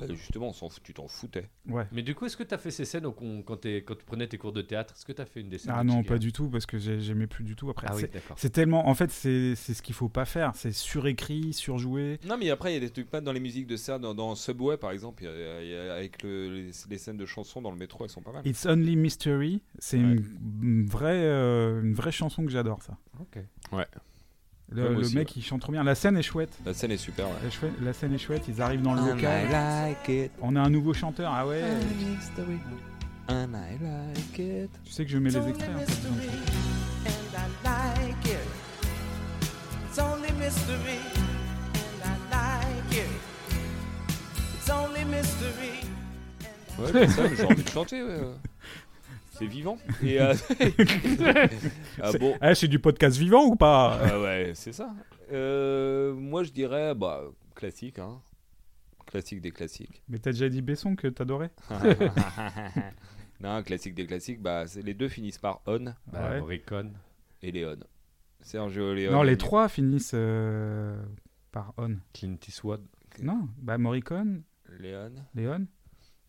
S5: Ouais, justement, on s'en fout, tu t'en foutais.
S3: Ouais.
S4: Mais du coup, est-ce que t'as fait ces scènes au con- quand, t'es- quand tu prenais tes cours de théâtre Est-ce que t'as fait une des scènes
S3: Ah non, pas du tout, parce que j'ai- j'aimais plus du tout après.
S4: Ah oui,
S3: C'est-
S4: d'accord.
S3: C'est tellement. En fait, c'est c'est ce qu'il faut pas faire. C'est surécrit, surjoué.
S5: Non, mais après, il y a des trucs pas dans les musiques de ça. Dans, dans Subway, par exemple, il y a- il y a- avec le- les, les scènes de chansons dans le métro, elles sont pas mal.
S3: It's Only Mystery. C'est une, une vraie, euh, une vraie chanson que j'adore, ça.
S4: Ok.
S5: Ouais.
S3: Le,
S5: Ouais, moi
S3: le
S5: aussi,
S3: mec, il chante trop bien. La scène est chouette.
S5: La scène est super, ouais.
S3: La, chouette- la scène est chouette. Ils arrivent dans le local. On a un nouveau chanteur. Ah ouais. Tu sais que je mets les extraits. hein.
S5: Ouais, mais ça, j'ai envie de chanter, ouais. C'est vivant. Et. euh, ah bon.
S3: Eh, c'est du podcast vivant ou pas
S5: Ah ouais, c'est ça. Euh, moi, je dirais, bah, classique, hein. Classique des classiques.
S3: Mais t'as déjà dit Besson que t'adorais
S5: non, classique des classiques, bah, c'est- les deux finissent par on
S4: Bah,
S3: Ouais.
S4: Morricone.
S5: et Léon. Sergio Léon.
S3: Non, les trois finissent euh, par on.
S4: Clint Eastwood.
S3: Non, bah Morricone,
S5: Léon,
S3: Léon.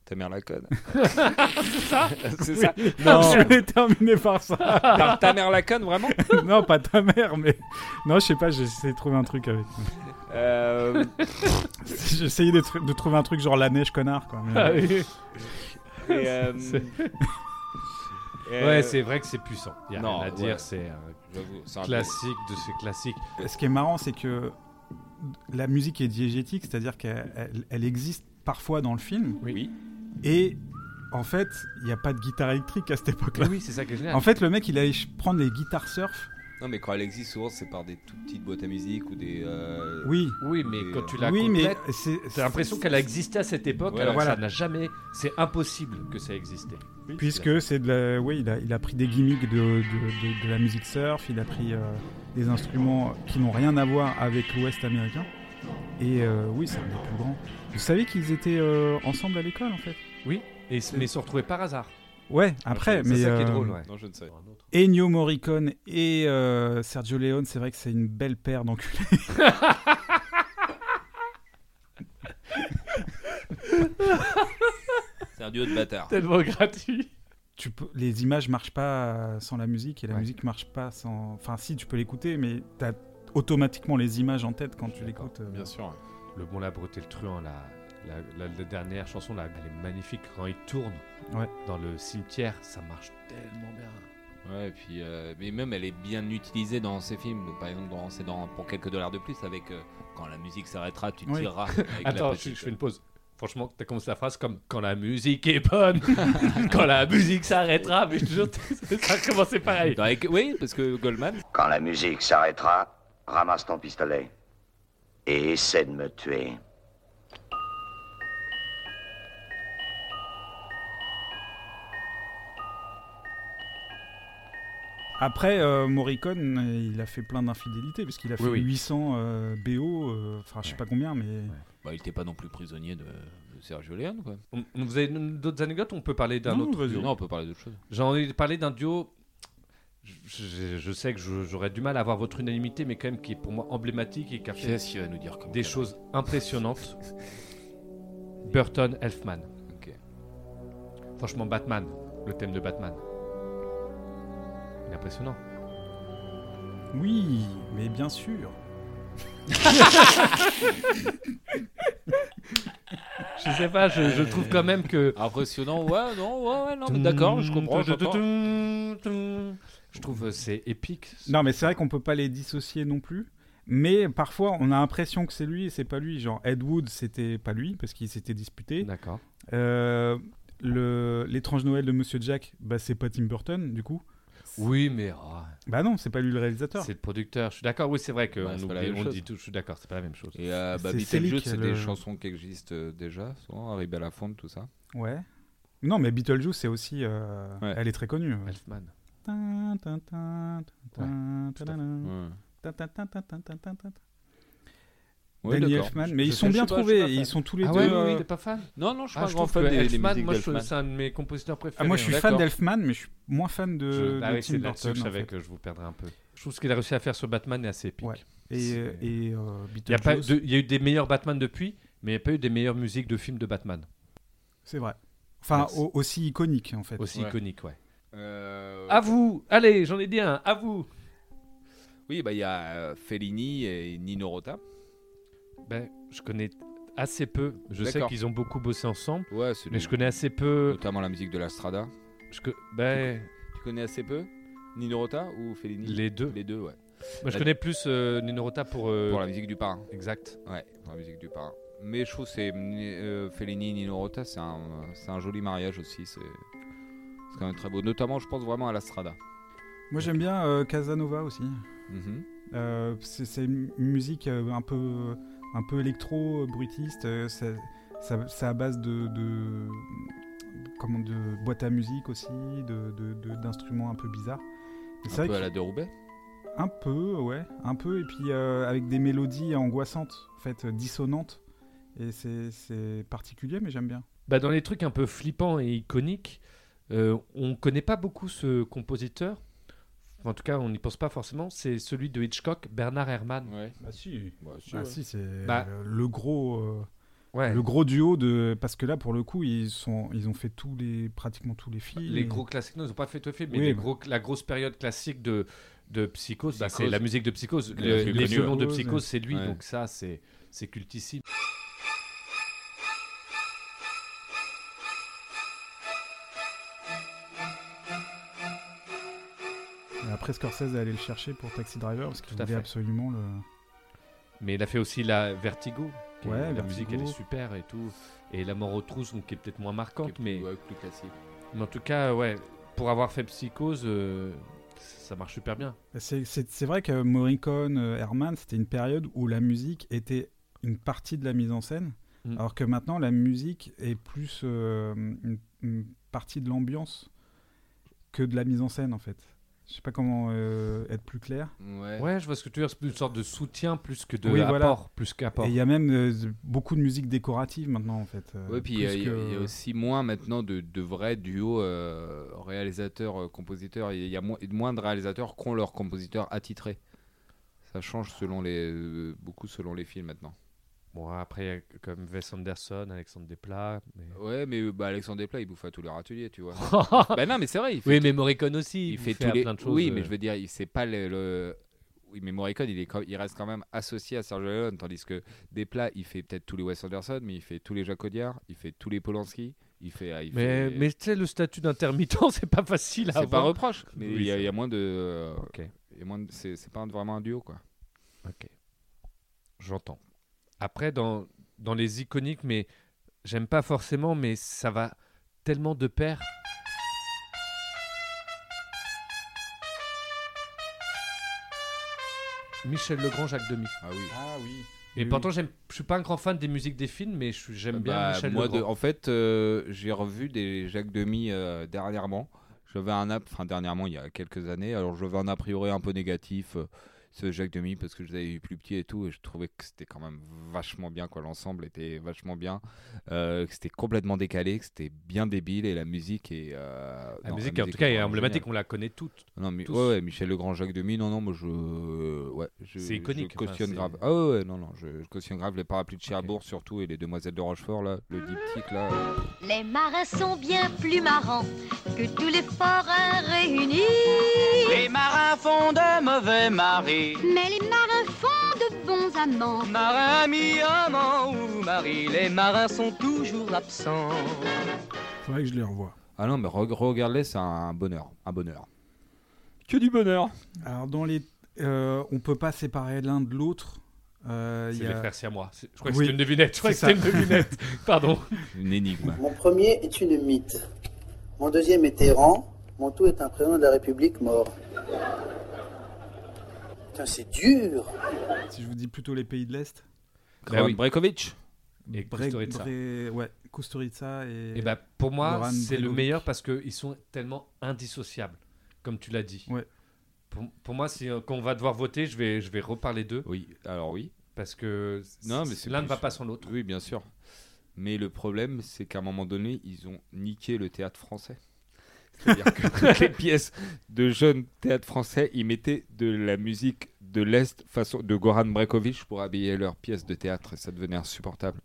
S5: ta mère la conne. c'est ça C'est ça
S3: Je l'ai terminé par ça.
S5: Non, par ta mère la conne, vraiment
S3: non, pas ta mère, mais. Non, je sais pas, j'essayais de trouver un truc avec.
S5: Euh,
S3: J'essayais de, tr- de trouver un truc genre la neige, connard, quoi.
S4: Ah
S3: mais-
S5: et, euh, et, euh,
S4: Ouais, c'est vrai que c'est puissant. Y a
S5: Non,
S4: rien à dire,
S5: ouais.
S4: c'est un
S5: j'avoue, c'est un peu-
S4: classique de ces classiques.
S3: Ce qui est marrant, c'est que la musique est diégétique, c'est-à-dire qu'elle elle- elle existe parfois dans le film,
S5: Oui.
S3: et en fait, il n'y a pas de guitare électrique à cette époque-là.
S4: Oui, c'est ça qui est génial.
S3: En fait, le mec, il allait ch- prendre les guitares surf.
S5: Non, mais quand elle existe, souvent, c'est par des toutes petites boîtes à musique ou des. euh,
S3: Oui,
S4: Oui, mais quand tu la
S3: oui, mais
S4: complètes,
S3: c'est.
S4: t'as l'impression qu'elle a existé à cette époque,
S5: Ouais,
S4: alors que
S3: voilà.
S4: ça n'a jamais. C'est impossible que ça ait existé.
S3: Puisque c'est de la... Oui, il a, il a pris des gimmicks de, de, de- de la musique surf, il a pris euh, des instruments qui n'ont rien à voir avec l'Ouest américain. Et euh, oui, c'est un des plus grands. Vous savez qu'ils étaient euh, ensemble à l'école, en fait
S4: Oui, et, s- mais se retrouver par hasard.
S3: Ouais, après,
S5: C'est
S3: mais...
S5: ça qui est
S3: euh,
S5: drôle,
S4: ouais.
S5: Non, je ne sais.
S3: Ennio Morricone et euh, Sergio Leone, c'est vrai que c'est une belle paire d'enculés.
S5: C'est un duo de bâtards.
S4: Tellement gratuit.
S3: Tu peux- Les images marchent pas euh, sans la musique et la
S4: Ouais.
S3: musique marche pas sans... Enfin si, tu peux l'écouter, mais t'as automatiquement les images en tête quand tu
S4: D'accord,
S3: l'écoutes. euh.
S5: Bien sûr.
S4: Le bon, la brute et le truand, la, la, la- la dernière chanson, là, elle est magnifique quand il tourne
S3: Ouais.
S4: dans le cimetière. Ça marche tellement bien.
S5: Ouais, et puis, euh, mais même elle est bien utilisée dans ces films. Donc, par exemple, dans, c'est dans Pour quelques dollars de plus, avec euh, Quand la musique s'arrêtera, tu
S3: Oui.
S5: tireras. avec la
S4: Attends, je,
S5: petite-
S4: je fais une pause. Franchement, t'as commencé la phrase comme quand la musique est bonne, quand la musique s'arrêtera, mais je te jure, ça a commencé pareil.
S5: Dans avec- Oui, parce que Goldman.
S1: Quand la musique s'arrêtera, ramasse ton pistolet et essaie de me tuer.
S3: Après, euh, Morricone, euh, il a fait plein d'infidélités, parce qu'il a fait
S4: oui.
S3: 800 euh, BO, euh, enfin je sais pas combien, mais...
S5: Bah, il était pas non plus prisonnier de, de Sergio Leone, quoi.
S4: On, on- vous avez d'autres anecdotes ou On peut parler d'un
S3: Non,
S4: autre
S3: vas-y.
S5: Non, on peut parler d'autre chose.
S4: J'en ai parlé d'un duo. je, je sais que je- j'aurais du mal à avoir votre unanimité, mais quand même qui est pour moi emblématique et qui a fait
S10: Qu'est-ce qu'il va nous dire comme
S4: des choses impressionnantes. Burton Elfman.
S5: Ok.
S4: Franchement, Batman, le thème de Batman. Il est impressionnant.
S3: Oui, mais bien sûr.
S4: Je sais pas, je, je trouve quand même que
S10: Impressionnant, ouais, non, ouais, ouais, non, mais d'accord, je comprends. j'entends.
S4: Je trouve euh, c'est épique.
S3: Non, mais c'est vrai qu'on peut pas les dissocier non plus. Mais parfois, on a l'impression que c'est lui et c'est pas lui. Genre, Ed Wood, c'était pas lui parce qu'ils s'étaient disputés.
S4: D'accord.
S3: Euh, le- L'étrange Noël de Monsieur Jack, bah, c'est pas Tim Burton, du coup.
S4: Oui, mais ah,
S3: Bah non, c'est pas lui le réalisateur.
S4: c'est le producteur. Je suis d'accord. Oui, c'est vrai que
S5: Ouais,
S4: on,
S5: c'est pas la
S4: oublie-
S5: même
S4: on
S5: chose.
S4: dit tout. Je suis d'accord, c'est pas la même chose.
S5: Et euh, bah,
S3: C'est
S5: Beetlejuice,
S3: Selick,
S5: c'est
S3: le-
S5: des chansons qui existent euh, déjà, souvent, Harry Belafonte, tout ça.
S3: Ouais. Non, mais Beetlejuice, c'est aussi. euh,
S5: Ouais.
S3: Elle est très connue.
S4: Elfman.
S3: Tin, tin, tin, tin,
S4: tout à fait.
S3: tadadam.
S5: Ouais.
S3: Tin, tin, tin, tin, tin, tin, tin, tin.
S5: Ouais,
S3: Danny
S5: d'accord.
S3: Elfman,
S5: Je-
S3: mais
S5: je
S3: ils
S5: sais-
S3: sont
S5: je
S3: bien
S5: sais pas, je suis
S3: trouvés,
S5: pas
S3: et ils
S5: fan.
S3: sont tous les
S4: Ah
S3: deux.
S4: ouais, oui,
S3: euh,
S4: oui, il est pas fan.
S5: Non, non, je suis
S4: Ah,
S5: pas
S4: je
S5: grand
S4: trouve
S5: fan
S4: que
S5: des, des
S4: Elfman,
S5: musiques
S4: moi, je trouve
S5: d'Elfman.
S4: que c'est un de mes compositeurs préférés.
S3: ah, moi, je suis
S4: hein.
S3: fan
S5: D'accord.
S3: d'Elfman, mais je suis moins fan de,
S4: Je- bah
S3: de
S4: oui,
S3: Tim
S4: c'est là-dessus
S3: Burton.
S4: que je
S3: en
S4: savais
S3: fait.
S4: que je vous perdrais un peu. Je trouve ce qu'il a réussi à faire sur Batman est assez épique.
S3: Ouais. Et, euh,
S4: C'est-
S3: et euh,
S4: Il y, a pas eu
S3: Beetlejuice,
S4: de- il y a eu des meilleurs Batman depuis, mais il n'y a pas eu des meilleures musiques de films de Batman.
S3: c'est vrai. Enfin,
S4: Merci.
S3: au- aussi iconique, en fait.
S4: Aussi
S10: Ouais.
S4: iconique, ouais.
S5: Euh,
S4: À vous Allez, j'en ai dit un, à vous
S5: Oui, bah il y a euh, Fellini et Nino Rota.
S4: Ben, je connais assez peu. Je sais
S5: D'accord.
S4: qu'ils ont beaucoup bossé ensemble,
S5: Ouais, c'est
S4: mais je connais assez peu.
S5: notamment la musique de la Strada.
S4: Je co- ben,
S5: Tu connais assez peu Nino Rota ou Fellini
S4: les deux.
S5: Les deux, ouais.
S4: Moi, je
S5: la-
S4: connais plus euh, Nino Rota pour. euh,
S5: Pour la musique du parrain.
S4: Exact.
S5: Ouais, pour la musique du parrain. Mais je trouve que c'est euh, Fellini Nino Rota, c'est un, c'est un joli mariage aussi. C'est c'est quand même très beau. Notamment, je pense vraiment à la Strada.
S3: Moi, j'aime bien euh, Casanova aussi.
S5: Mhm.
S3: Euh, c'est c'est une musique euh, un peu, un peu électro, euh, bruitiste. euh, ça- ça- C'est à base de, de, comment, de boîte à musique aussi, d'instruments de, de- d'instruments un peu bizarres. Et
S5: Un
S3: c'est
S5: peu
S3: vrai
S5: à
S3: que-
S5: la Déroubet.
S3: Un peu, ouais, un peu, et puis euh, avec des mélodies angoissantes, en fait, euh, dissonantes. Et c'est- c'est particulier, mais j'aime bien.
S4: Bah, dans les trucs un peu flippants et iconiques, euh, on ne connaît pas beaucoup ce compositeur. En tout cas, on n'y pense pas forcément. C'est celui de Hitchcock, Bernard Herrmann.
S5: Ouais.
S3: Bah si,
S5: Bah, si,
S3: bah,
S5: ouais.
S3: si c'est
S4: Bah.
S3: le, le gros, euh,
S4: Ouais.
S3: le gros duo de, parce que là pour le coup ils sont, ils ont fait tous les, pratiquement tous les films.
S4: Les gros classiques, non, ils n'ont pas fait tout le film, mais
S3: Oui,
S4: les
S3: bah.
S4: gros, la grosse période classique de, de Psychose, bah, c'est
S5: Psychose.
S4: la musique de Psychose.
S5: La
S4: Le-
S5: plus
S4: les
S5: connue,
S4: violons de
S3: ouais.
S4: Psychose, c'est lui,
S5: Ouais.
S4: donc ça, c'est c'est cultissime.
S3: Et après Scorsese est allé le chercher pour Taxi Driver parce qu'il
S4: Tout à
S3: voulait
S4: fait.
S3: absolument le.
S4: Mais il a fait aussi la Vertigo. qui est-
S3: Ouais,
S4: la
S3: Vertigo.
S4: musique, elle est super et tout. Et La mort aux trousses, donc, qui est peut-être moins marquante, mais,
S5: Ouais, plus classique.
S4: mais en tout cas, ouais, pour avoir fait Psychose, euh, ça marche super bien.
S3: C'est- C'est c'est vrai que Morricone, euh, Herman, c'était une période où la musique était une partie de la mise en scène,
S4: Mm.
S3: alors que maintenant la musique est plus euh, une, une partie de l'ambiance que de la mise en scène en fait. Je sais pas comment euh, être plus clair.
S5: Ouais.
S4: Ouais, je vois ce que tu veux dire, c'est une sorte de soutien plus que de
S3: Oui,
S4: apport,
S3: voilà.
S4: plus qu'apport.
S3: Et il y a même euh, beaucoup de musique décorative maintenant en fait. euh,
S5: Ouais, puis
S3: plus
S5: il y, a- il y a-
S3: que-
S5: il y a aussi moins maintenant de, de vrais duos euh, réalisateurs-compositeurs. Il y a moins, moins de réalisateurs qui ont leurs compositeurs attitrés. Ça change selon les, euh, beaucoup selon les films maintenant.
S4: Bon, après, il y a comme Wes Anderson, Alexandre Desplat. mais-
S5: Ouais, mais euh, bah, Alexandre Desplat, il bouffe à tous leurs ateliers, tu vois.
S4: Oh.
S5: bah non, mais c'est vrai, il fait,
S4: Oui, mais Morricone aussi.
S5: il fait
S4: à
S5: tous les.
S4: plein de choses.
S5: oui,
S4: euh,
S5: mais je veux dire, il c'est pas le. le- Oui, mais Morricone, il, est quand- il reste quand même associé à Sergio Leone, tandis que Desplat, il fait peut-être tous les Wes Anderson, mais il fait tous les Jacques Audiard, il fait tous les Polanski, il fait. ah, il
S4: Mais,
S5: fait-
S4: mais tu sais, le statut d'intermittent, c'est pas facile
S5: C'est
S4: à
S5: pas un
S4: avoir.
S5: reproche, mais
S4: Oui,
S5: il y, a-
S4: c'est
S5: il y a moins de. euh,
S4: Ok.
S5: il y a moins de- c'est c'est pas un- vraiment un duo, quoi.
S4: Ok. J'entends. Après, dans, dans les iconiques, mais j'aime pas forcément, mais ça va tellement de pair. Michel Legrand, Jacques Demy.
S5: Ah oui.
S3: Ah oui.
S4: Et
S3: Oui,
S4: pourtant, j'aime- je suis pas un grand fan des musiques des films, mais je suis- j'aime bien Michel
S5: Euh, bah, moi, de-
S4: Legrand.
S5: en fait, euh, j'ai revu des Jacques Demy euh, dernièrement. J'avais un a- enfin dernièrement il y a quelques années. Alors j'avais un a priori un peu négatif. euh, ce Jacques Demi parce que je l'avais eu plus petit et tout et je trouvais que c'était quand même vachement bien quoi l'ensemble était vachement bien euh, que c'était complètement décalé que c'était bien débile et la musique est euh, non,
S4: La musique, en tout cas, est
S5: vraiment
S4: emblématique,
S5: géniale.
S4: on la connaît toutes.
S5: non mais
S4: tous.
S5: ouais, ouais, Michel Legrand Jacques Demi non non moi je euh, ouais je, je
S4: C'est iconique, enfin,
S5: cautionne
S4: c'est-
S5: grave ah ouais, ouais, non non je, je cautionne grave les parapluies de Cherbourg surtout et les demoiselles de Rochefort là le diptyque là
S11: Les marins sont bien plus marrants que tous les forains réunis.
S7: Les marins font de mauvais maris.
S11: Mais les marins font de bons amants.
S7: Marin, ami, amant ou mari, les marins sont toujours absents.
S3: faudrait que je les revoie.
S5: ah non mais re- regardez c'est un bonheur un bonheur
S3: Que du bonheur. Alors, dans les. euh, on peut pas séparer l'un de l'autre. Euh,
S4: C'est
S3: il y a-
S4: les frères Siamois. C'est- Je crois que
S3: Oui,
S4: c'était une devinette. Je crois que
S3: c'est
S4: c'était une
S3: ça.
S4: devinette. Pardon.
S5: une énigme
S12: Mon premier est une mythe. Mon deuxième est errant. Mon tout est un président de la République mort. Putain, c'est dur.
S3: Si je vous dis plutôt les pays de l'Est.
S4: Bah oui.
S5: Brekovic
S4: Et
S3: Bre-
S4: Kusturica.
S3: Bre- ouais, Kusturica et.
S4: Et bah, pour moi,
S3: Goran
S4: c'est le
S3: Bregovic.
S4: meilleur parce qu'ils sont tellement indissociables, comme tu l'as dit.
S3: Ouais.
S4: Pour, pour moi, si, euh, quand on va devoir voter, je vais, je vais reparler d'eux
S5: oui alors oui
S4: parce que
S5: Non,
S4: c-
S5: mais c'est
S4: l'un ne
S5: plus-
S4: va pas sans l'autre.
S5: Oui, bien sûr. Mais le problème, c'est qu'à un moment donné, ils ont niqué le théâtre français. C'est-à-dire que toutes les pièces de jeunes théâtre français, ils mettaient de la musique de l'Est façon de Goran Brekovic pour habiller leurs pièces de théâtre et ça devenait insupportable.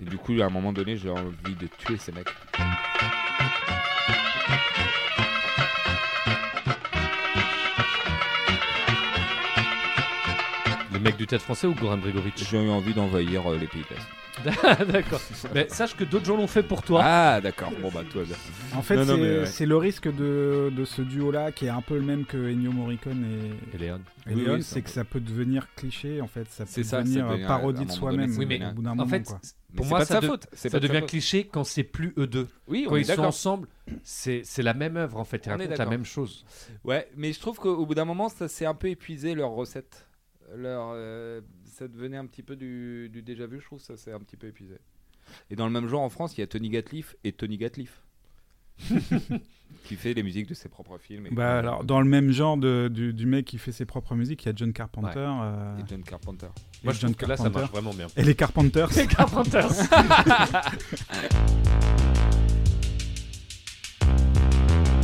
S5: et du coup, à un moment donné, j'ai envie de tuer ces mecs.
S4: Le mec du théâtre français ou Goran Bregovic
S5: J'ai eu envie d'envahir euh, les pays de l'Est.
S4: D'accord. Mais sache que d'autres gens l'ont fait pour toi.
S5: Ah, d'accord. Bon, bah, tout va bien.
S3: En fait,
S5: Non, non,
S3: c'est
S5: mais ouais.
S3: c'est le risque de, de ce duo-là qui est un peu le même que Ennio Morricone et,
S4: Et Léon.
S3: et
S5: Oui,
S3: Léon,
S5: oui, c'est
S3: c'est
S5: un
S3: que
S5: peu-
S3: ça peut devenir cliché en fait, ça peut
S5: C'est ça, ça
S3: devenir
S5: devient, à un
S3: parodie de
S5: moment
S3: soi-même
S5: donné,
S4: ça
S3: au
S4: devient-
S3: bout d'un
S4: En
S3: moment.
S4: fait,
S3: quoi.
S4: c'est-
S5: Mais
S4: pour
S5: c'est
S4: moi,
S5: pas de
S4: ça,
S5: sa
S4: de-
S5: faute. C'est
S4: ça
S5: pas de sa
S4: devient
S5: faute.
S4: cliché quand c'est plus eux deux.
S5: Oui, on
S4: Quand
S5: est
S4: ils sont
S5: d'accord.
S4: ensemble, c'est c'est la même œuvre en fait. Ils
S5: On est
S4: racontent la
S5: d'accord.
S4: même chose.
S5: Ouais, mais je trouve qu'au bout d'un moment, ça s'est un peu épuisé leur recette. Leur, euh, ça devenait un petit peu du, du déjà vu, je trouve, ça s'est un petit peu épuisé. Et dans le même genre, en France, il y a Tony Gatliff et Tony Gatliff. qui fait les musiques de ses propres films. Et,
S3: Bah, alors, dans le même genre de- du, du mec qui fait ses propres musiques, il y a John Carpenter.
S4: Ouais.
S3: euh,
S5: et John Carpenter.
S4: Moi, je
S3: John
S4: trouve que là, ça
S3: Carpenter.
S4: marche vraiment bien.
S3: et les Carpenters.
S4: Carpenters.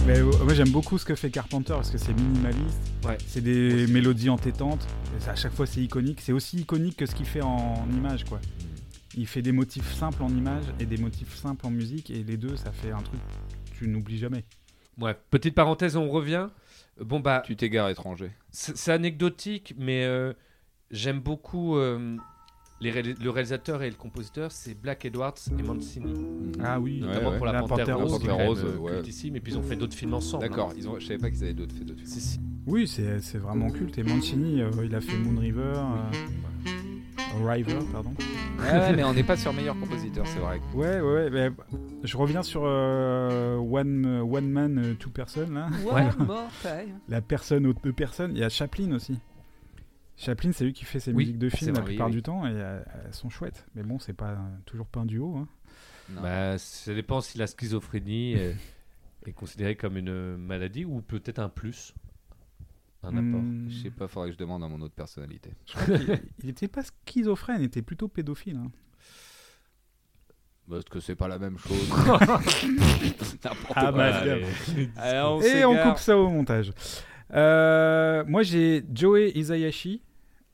S3: Mais, euh, moi j'aime beaucoup ce que fait Carpenter parce que c'est minimaliste,
S4: Ouais.
S3: c'est des mélodies entêtantes, et ça, à chaque fois c'est iconique, c'est aussi iconique que ce qu'il fait en image quoi. Il fait des motifs simples en image et des motifs simples en musique et les deux ça fait un truc que tu n'oublies jamais.
S4: Ouais, petite parenthèse, on revient. Bon bah,
S5: Tu t'égares étranger.
S4: c'est c'est anecdotique, mais euh, j'aime beaucoup euh, les réalis- le réalisateur et le compositeur, c'est Black Edwards et Mancini.
S3: Ah oui,
S5: Ouais,
S4: D'abord
S5: ouais.
S4: pour La,
S3: La
S4: Panthère,
S3: Panthère
S4: Rose,
S3: Rose,
S4: qui est
S5: Panthère
S4: quand
S5: Rose,
S4: même, euh,
S5: ouais.
S4: cultissime, et puis ils ont fait d'autres films
S3: Ah,
S4: ensemble. hein.
S5: D'accord, ils ont- je savais pas qu'ils avaient d'autres fait d'autres films.
S4: Si, si.
S3: oui c'est c'est vraiment culte et Mancini euh, il a fait Moon River, euh, River pardon.
S5: Ah ouais, mais on n'est pas sur meilleur compositeur, c'est vrai.
S3: Ouais ouais, ouais mais je reviens sur euh, One One Man euh, Two Person là.
S4: Ouais.
S3: la personne aux deux personnes. Il y a Chaplin aussi. Chaplin, c'est lui qui fait ses
S4: Oui,
S3: musiques de
S4: c'est
S3: films la
S4: vrai,
S3: plupart
S4: oui.
S3: du temps et euh, elles sont chouettes. Mais bon, c'est pas euh, toujours pas un duo. hein.
S4: Bah, ça dépend si la schizophrénie est, est considérée comme une maladie ou peut-être un plus, un apport.
S3: Hmm,
S5: Je sais pas, faudrait que je demande à mon autre personnalité.
S3: je crois qu'il- il était pas schizophrène, il était plutôt pédophile. hein.
S5: Parce que c'est pas la même chose. N'importe
S3: Ah,
S5: quoi.
S3: bah,
S4: Allez.
S5: Alors, on
S3: et on
S5: s'égare.
S3: coupe ça au montage. Euh, moi, j'ai Joey Isayashi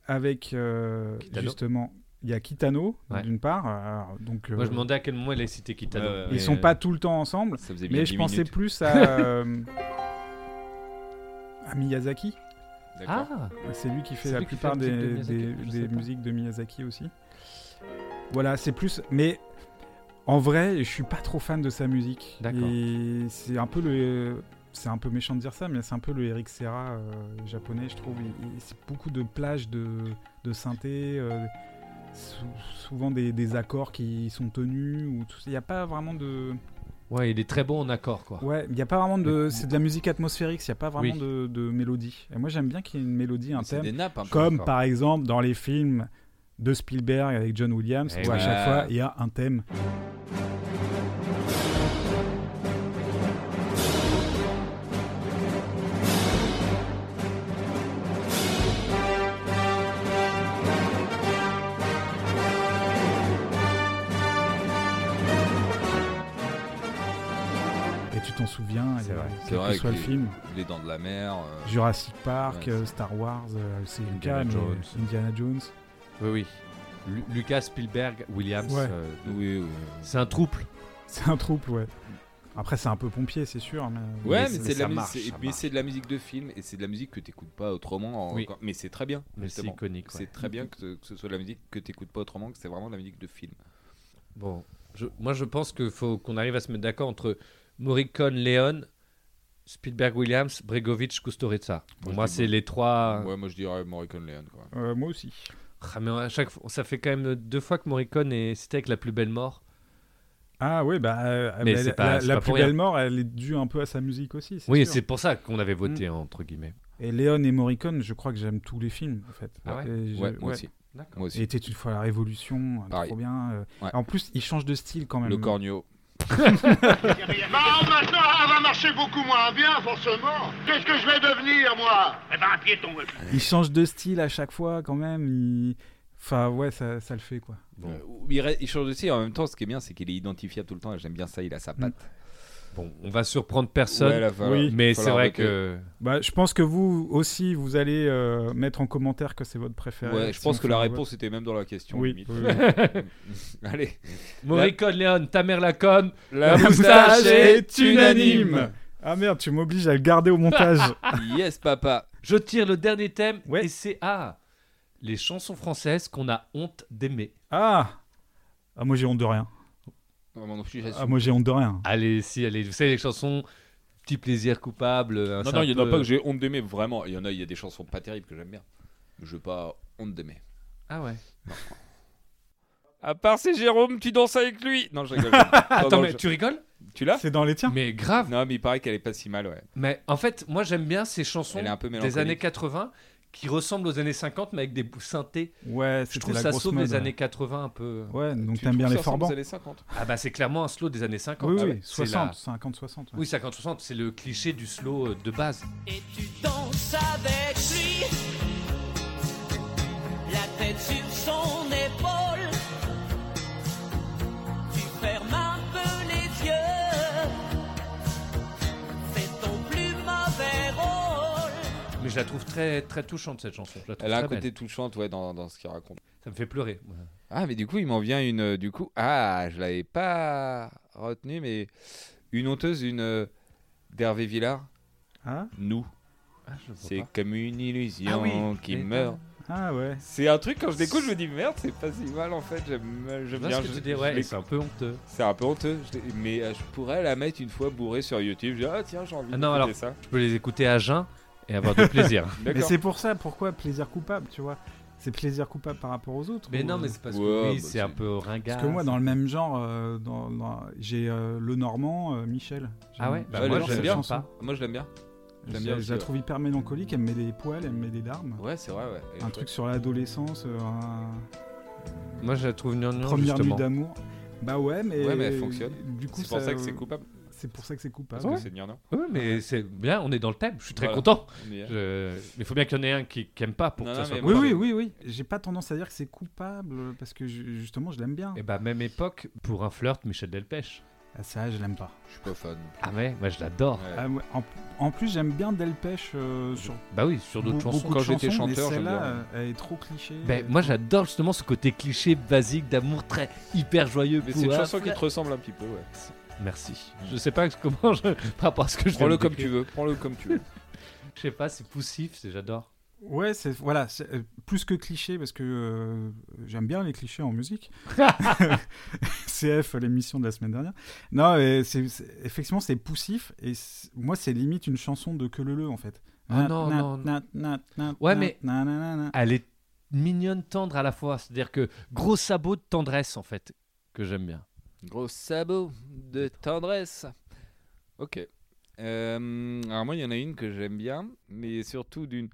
S3: avec euh,
S4: Kitano.
S3: justement. Il y a Kitano
S4: Ouais.
S3: d'une part. alors, donc,
S4: Moi,
S3: euh,
S4: je me demandais à quel moment il a cité Kitano. euh,
S5: Ouais, ouais, ouais.
S3: ils sont pas tout le temps ensemble.
S5: Ça faisait euh, bien
S3: Mais je
S5: 10
S3: pensais
S5: minutes.
S3: plus à, euh, à Miyazaki.
S5: D'accord.
S4: Ah,
S3: C'est lui qui fait
S4: C'est
S3: la
S4: lui qui
S3: plupart
S4: fait
S3: des,
S4: la musique de
S3: des-
S4: Miyazaki, je
S3: des
S4: sais pas.
S3: musiques de Miyazaki aussi. Voilà, c'est plus. Mais en vrai, je suis pas trop fan de sa musique.
S4: D'accord.
S3: Et c'est un peu le. C'est un peu méchant de dire ça, mais c'est un peu le Eric Serra euh, japonais, je trouve. Il- il- C'est beaucoup de plages de, de synthé, euh, sou- souvent des, des accords qui sont tenus. ou tout ça. Il n'y a pas vraiment de.
S4: ouais, il est très bon en accord, quoi.
S3: Ouais, il n'y a pas vraiment de. C'est de la musique atmosphérique, il n'y a pas vraiment
S4: Oui.
S3: de, de mélodie. Et moi, j'aime bien qu'il y ait une mélodie, un
S5: Mais C'est
S3: thème.
S5: des nappes hein, un peu,
S3: Comme
S5: encore.
S3: par exemple dans les films de Spielberg avec John Williams,
S4: Eh
S3: où à
S5: ouais.
S3: chaque fois, il y a un thème. s'en souvient,
S5: C'est
S3: et, euh,
S5: vrai.
S3: quel
S5: C'est vrai
S3: que soit le
S5: avec les-
S3: film.
S5: les Dents de la Mer, euh,
S3: Jurassic Park,
S5: ouais.
S3: euh, Star Wars, euh, c'est le cas,
S5: Indiana
S3: mais
S5: Jones.
S3: Indiana Jones.
S4: Oui, oui. Lu- Lucas, Spielberg, Williams.
S3: Ouais.
S4: euh,
S5: oui, oui.
S4: C'est un trouble.
S3: C'est un trouble, ouais. Après, c'est un peu pompier, c'est sûr. Mais,
S5: Ouais, mais, c'est de, la
S3: ça
S5: musique-
S3: marche,
S5: c'est-
S3: ça
S5: mais
S3: marche.
S5: c'est de la musique de film et c'est de la musique que t'écoutes pas autrement. en-
S4: Oui.
S5: Mais c'est très bien.
S4: Mais c'est
S5: justement.
S4: iconique, ouais.
S5: C'est très bien
S3: Mm-hmm.
S5: que, ce- que ce soit de la musique que t'écoutes pas autrement, que c'est vraiment de la musique de film.
S4: Bon, je- moi je pense qu'il faut qu'on arrive à se mettre d'accord entre Morricone, Léon, Spielberg, Williams, Bregovic, Kusturica. Pour
S5: Moi,
S4: moi,
S5: je dis
S4: c'est
S5: bon.
S4: les
S3: Ah.
S4: trois.
S5: Ouais, moi je dirais Morricone Leon. Quoi.
S3: Euh, moi aussi.
S4: Ah, mais à chaque fois, ça fait quand même deux fois que Morricone est cité avec la plus belle mort.
S3: Ah ouais, bah, euh,
S4: Mais
S3: bah,
S4: c'est
S3: la,
S4: pas-
S3: la-
S4: c'est
S3: la
S4: pas
S3: plus
S4: pour
S3: belle
S4: rien.
S3: mort, elle est due un peu à sa musique aussi.
S4: Oui,
S3: sûr.
S4: c'est pour ça qu'on avait voté entre guillemets.
S3: Et Léon et Morricone, je crois que j'aime tous les films, en fait.
S4: Ah ouais
S3: Et je-
S5: Ouais, moi aussi.
S4: D'accord.
S5: Moi
S3: Il
S5: aussi.
S3: était une fois à la Révolution, euh,
S5: Pareil.
S3: trop bien. euh.
S5: Ouais.
S3: En plus, il change de style quand même.
S5: Le corneau.
S13: Marron, maintenant, elle va marcher beaucoup moins bien, forcément. Qu'est-ce que je vais devenir, moi Eh ben, un piéton.
S3: il change de style à chaque fois quand même. il- Enfin, ouais, ça, ça le fait, quoi.
S5: Euh, il, re- il change de style en même temps. Ce qui est bien, c'est qu'il est identifiable tout le temps et j'aime bien ça. Il a sa
S3: Mm.
S5: patte.
S4: Bon, on va surprendre personne,
S5: Ouais, là, va- Oui.
S4: mais
S5: falloir
S4: c'est vrai
S5: voter.
S4: que
S3: Bah, je pense que vous aussi, vous allez euh, mettre en commentaire que c'est votre préféré.
S5: Ouais, je
S3: Si
S5: pense
S3: on
S5: que
S3: fait
S5: la
S3: un vote.
S5: réponse était même dans la question.
S3: Oui.
S5: limite.
S3: Oui,
S5: Allez.
S4: Morricone, Léon, ta mère la com,
S5: La moustache est unanime.
S3: Ah merde, tu m'obliges à le garder au montage.
S5: Yes, papa.
S4: Je tire le dernier thème et c'est ah, les chansons françaises qu'on a honte d'aimer.
S3: ah Ah, moi j'ai honte de rien.
S5: Non, moi non plus,
S3: Ah, moi j'ai honte de rien.
S4: Allez, si, allez, vous savez les chansons, petit plaisir coupable. hein,
S5: Non,
S4: c'est
S5: non,
S4: un
S5: il y en a
S4: peu-
S5: pas que j'ai honte d'aimer, vraiment. Il y en a, il y a des chansons pas terribles que j'aime bien. Je veux pas honte d'aimer.
S4: Ah ouais.
S5: À part c'est Jérôme, tu danses avec lui. Non, je rigole.
S4: Attends, mais tu rigoles
S5: Tu l'as
S3: C'est dans les tiens
S4: Mais grave.
S5: Non, mais il paraît qu'elle est pas si mal, ouais.
S4: Mais en fait, moi j'aime bien ces chansons
S5: Elle est un peu
S4: des
S5: mélancolique.
S4: années 80 qui ressemblent aux années 50 mais avec des bouts synthés.
S3: Ouais,
S4: je
S3: c'était
S4: trouve
S3: la
S4: ça
S3: grosse
S4: sauve
S3: mode,
S4: les
S3: ouais.
S4: années 80 un peu.
S3: Ouais, donc
S5: Tu
S3: t'aimes bien les
S5: trouves ça ressemble
S3: forbans
S5: aux années 50.
S4: Ah bah c'est clairement un slow des années 50.
S3: Oui,
S4: Ah
S3: oui,
S4: ouais, c'est
S3: 60,
S4: la-
S3: 50, 60. ouais.
S4: Oui, 50-60, c'est le cliché du slow euh, de base.
S14: Et tu danses avec lui, la tête sur son épaule. Tu fermes un peu les yeux, c'est ton plus mauvais rôle.
S4: Mais je la trouve très, très touchante cette chanson. Je la trouve
S5: Elle a un
S4: très
S5: côté
S4: belle.
S5: touchante, ouais, dans, dans ce qu'il raconte.
S4: Ça me fait pleurer. moi.
S5: Ah, mais du coup, il m'en vient une. euh, Du coup, ah, je l'avais pas retenue, mais une honteuse, une euh, d'Hervé Villard.
S3: Ah.
S5: Nous.
S4: je vois
S5: c'est comme une illusion
S4: Ah oui,
S5: qui
S4: mais-
S5: meurt.
S3: Ah ouais.
S5: C'est un truc quand je l'écoute, je me dis merde, c'est pas si mal en fait. J'aime
S4: Je
S5: j'aime
S4: vois
S5: bien.
S4: ce que
S5: je-
S4: tu dis,
S5: je
S4: ouais, et
S5: l'écoute.
S4: c'est un peu honteux.
S5: C'est un peu honteux, je l'ai- mais euh, je pourrais la mettre une fois bourrée sur YouTube. Je dis, ah tiens, j'ai envie
S4: Ah
S5: de
S4: non, alors,
S5: ça.
S4: je peux les écouter à jeun et avoir du plaisir.
S3: Mais c'est pour ça, pourquoi plaisir coupable, tu vois C'est plaisir coupable par rapport aux autres
S4: Mais
S3: ou-
S4: non, mais c'est parce que
S5: Ouais,
S4: oui,
S5: bah,
S4: c'est un peu ringard.
S3: Parce que moi, dans le même genre, euh, dans- dans- j'ai euh, Le Normand, euh, Michel.
S4: Ah ouais, bah
S5: Ouais,
S4: moi,
S5: j'aime
S4: j'aime
S5: bien.
S4: bien
S3: ça.
S4: pas.
S5: Moi, je l'aime bien.
S3: Je,
S5: J'aime bien
S3: je
S5: aussi,
S3: la
S5: ouais.
S3: trouve hyper mélancolique, elle me met des poils, elle me met des larmes.
S5: Ouais, c'est vrai, ouais. Et
S3: Un
S5: je-
S3: truc sur l'adolescence, euh, un-
S4: Moi, je la trouve gnangnan,
S3: première nuit
S4: justement.
S3: d'amour. Bah ouais, mais.
S5: Ouais, mais elle fonctionne.
S3: Du coup,
S5: C'est pour ça que c'est coupable.
S3: C'est pour ça que c'est coupable.
S4: Ah
S5: Parce que c'est gnangnan.
S4: Oui, mais c'est bien, on est dans le thème. Je suis très
S5: Voilà,
S4: content.
S5: on y est.
S4: Je- Mais il faut bien qu'il y en ait un qui n'aime pas pour
S5: Non,
S4: que ça
S5: non,
S4: soit
S5: mais
S3: Oui,
S4: coupable.
S3: oui, oui, oui. J'ai pas tendance à dire que c'est coupable parce que ju- justement, je l'aime bien.
S4: Et bah, même époque, pour un flirt, Michel Delpech.
S3: Ah, ça, je l'aime pas.
S5: Je suis pas fan.
S4: Ah ouais, moi, je l'adore.
S3: Ah ouais, en, en plus, j'aime bien Delpech euh, sur
S4: Bah oui, sur d'autres
S3: be-
S4: chansons.
S3: beaucoup
S5: Quand
S3: de
S5: j'étais
S3: chansons, mais
S5: chanteur, j'aime
S3: celle-là,
S5: bien.
S3: euh, elle est trop cliché.
S4: Ben,
S3: euh,
S4: moi j'adore justement ce côté cliché basique d'amour très hyper joyeux.
S5: Mais
S4: pour
S5: c'est une
S4: un
S5: chanson qui
S4: flirt.
S5: te ressemble un petit peu, ouais.
S4: Merci. Je sais pas comment je. Par rapport à ce que je viens
S5: Prends-le
S4: de
S5: comme
S4: décrire.
S5: tu veux, prends-le comme tu veux.
S4: Je sais pas, c'est poussif, c'est j'adore.
S3: Ouais, c'est voilà, c'est, euh, plus que cliché parce que euh, j'aime bien les clichés en musique. CF, l'émission de la semaine dernière. Non, euh, c'est, c'est- effectivement, c'est poussif et c'est- moi, c'est limite une chanson de que le le en fait.
S4: Ah non, non,
S3: na, na, na,
S4: Ouais,
S3: na,
S4: mais-
S3: na, na, na, na.
S4: Elle est mignonne, tendre à la fois. C'est-à-dire que gros sabot de tendresse en fait, que j'aime bien.
S5: Gros sabot de tendresse. Ok. Euh, alors moi, il y en a une que j'aime bien, mais surtout d'une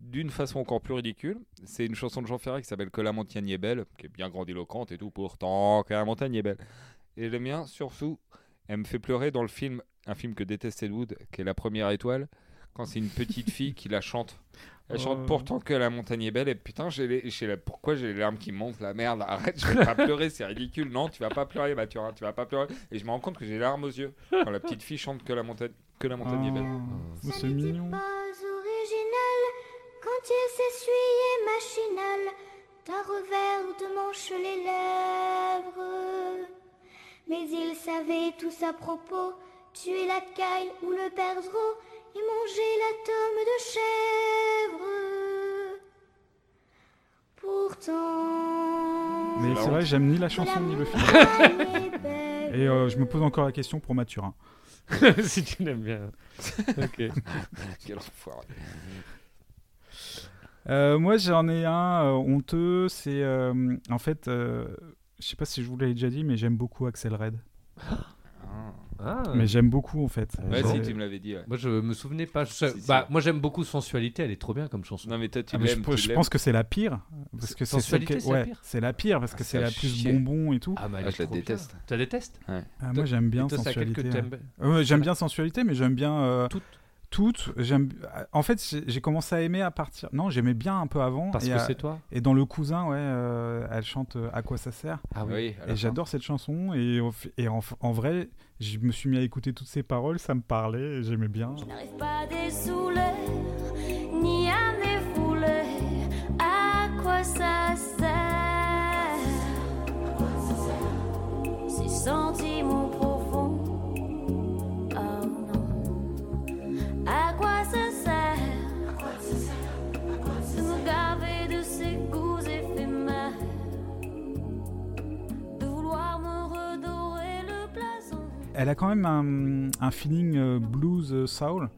S5: d'une façon encore plus ridicule. C'est une chanson de Jean Ferrat qui s'appelle Que la montagne est belle, qui est bien grandiloquente et tout, pourtant que la montagne est belle. Et j'aime bien, surtout, elle me fait pleurer dans le film, un film que déteste Ed Wood, qui est La Première Étoile, quand c'est une petite fille qui la chante. Elle chante
S4: Euh.
S5: pourtant que la montagne est belle et putain, j'ai les, j'ai la- pourquoi j'ai les larmes qui montent la merde Arrête, je vais pas pleurer, c'est ridicule. Non, tu vas pas pleurer, Mathurin, tu vas pas pleurer. Et je me rends compte que j'ai les larmes aux yeux quand la petite fille chante que la montagne, que la montagne est belle.
S3: Oh, c'est mignon.
S15: Pas original, quand il s'essuyait machinal, d'un revers de manche les lèvres. Mais il savait tous à propos, tuer la caille ou le perdreau, et manger la tome de chèvre. Pourtant...
S3: Mais c'est vrai, j'aime ni la chanson ni le film. Et euh, je me pose encore la question pour Mathurin.
S4: si tu l'aimes bien. ok.
S5: Quel enfoiré.
S3: Euh, moi, j'en ai un euh, honteux. C'est euh, en fait, euh, je sais pas si je vous l'avais déjà dit, mais j'aime beaucoup Axel Red.
S4: Ah.
S3: Mais j'aime beaucoup en fait.
S5: Ouais,
S3: Genre- ah,
S5: si, tu me l'avais dit. ouais.
S4: Moi, je me souvenais pas. je sais- bah, moi, j'aime beaucoup Sensualité. Elle est trop bien comme chanson.
S5: Non, mais toi, tu
S3: Ah, mais je, pe- je pense que c'est la pire parce que c'est celle
S4: Sensualité,
S3: que-
S4: c'est la
S3: ouais,
S4: pire
S3: c'est la pire parce que c'est la plus bonbon et tout.
S4: Ah, mais elle
S5: Ah,
S4: est
S5: je la
S4: trop bien.
S5: déteste.
S4: Tu la détestes
S3: Ah, moi j'aime bien
S4: Et toi, c'est laquelle
S3: sensualité.
S4: que
S3: ouais.
S4: t'aimes
S3: Euh, j'aime bien sensualité, mais j'aime bien toutes. Toutes. J'aime. En fait, j'ai- j'ai commencé à aimer à partir. Non, j'aimais bien un peu avant.
S4: Parce
S3: et
S4: que
S3: à-
S4: c'est toi.
S3: Et dans le cousin, ouais, euh, elle chante euh, à quoi ça sert.
S4: Ah oui. Oui, à la
S3: Et
S4: fin.
S3: j'adore cette chanson. Et, au f- et en, f- en vrai, je me suis mis à écouter toutes ces paroles, ça me parlait, et j'aimais bien.
S15: n'arrive pas des souleurs, ni à mes fouleurs. À quoi ça sert Ces sentiments profonds, oh non. À quoi ça sert De me gaver de ces goûts éphémères, de vouloir me redorer le blason.
S3: Elle a quand même un, un feeling euh, blues euh, soul.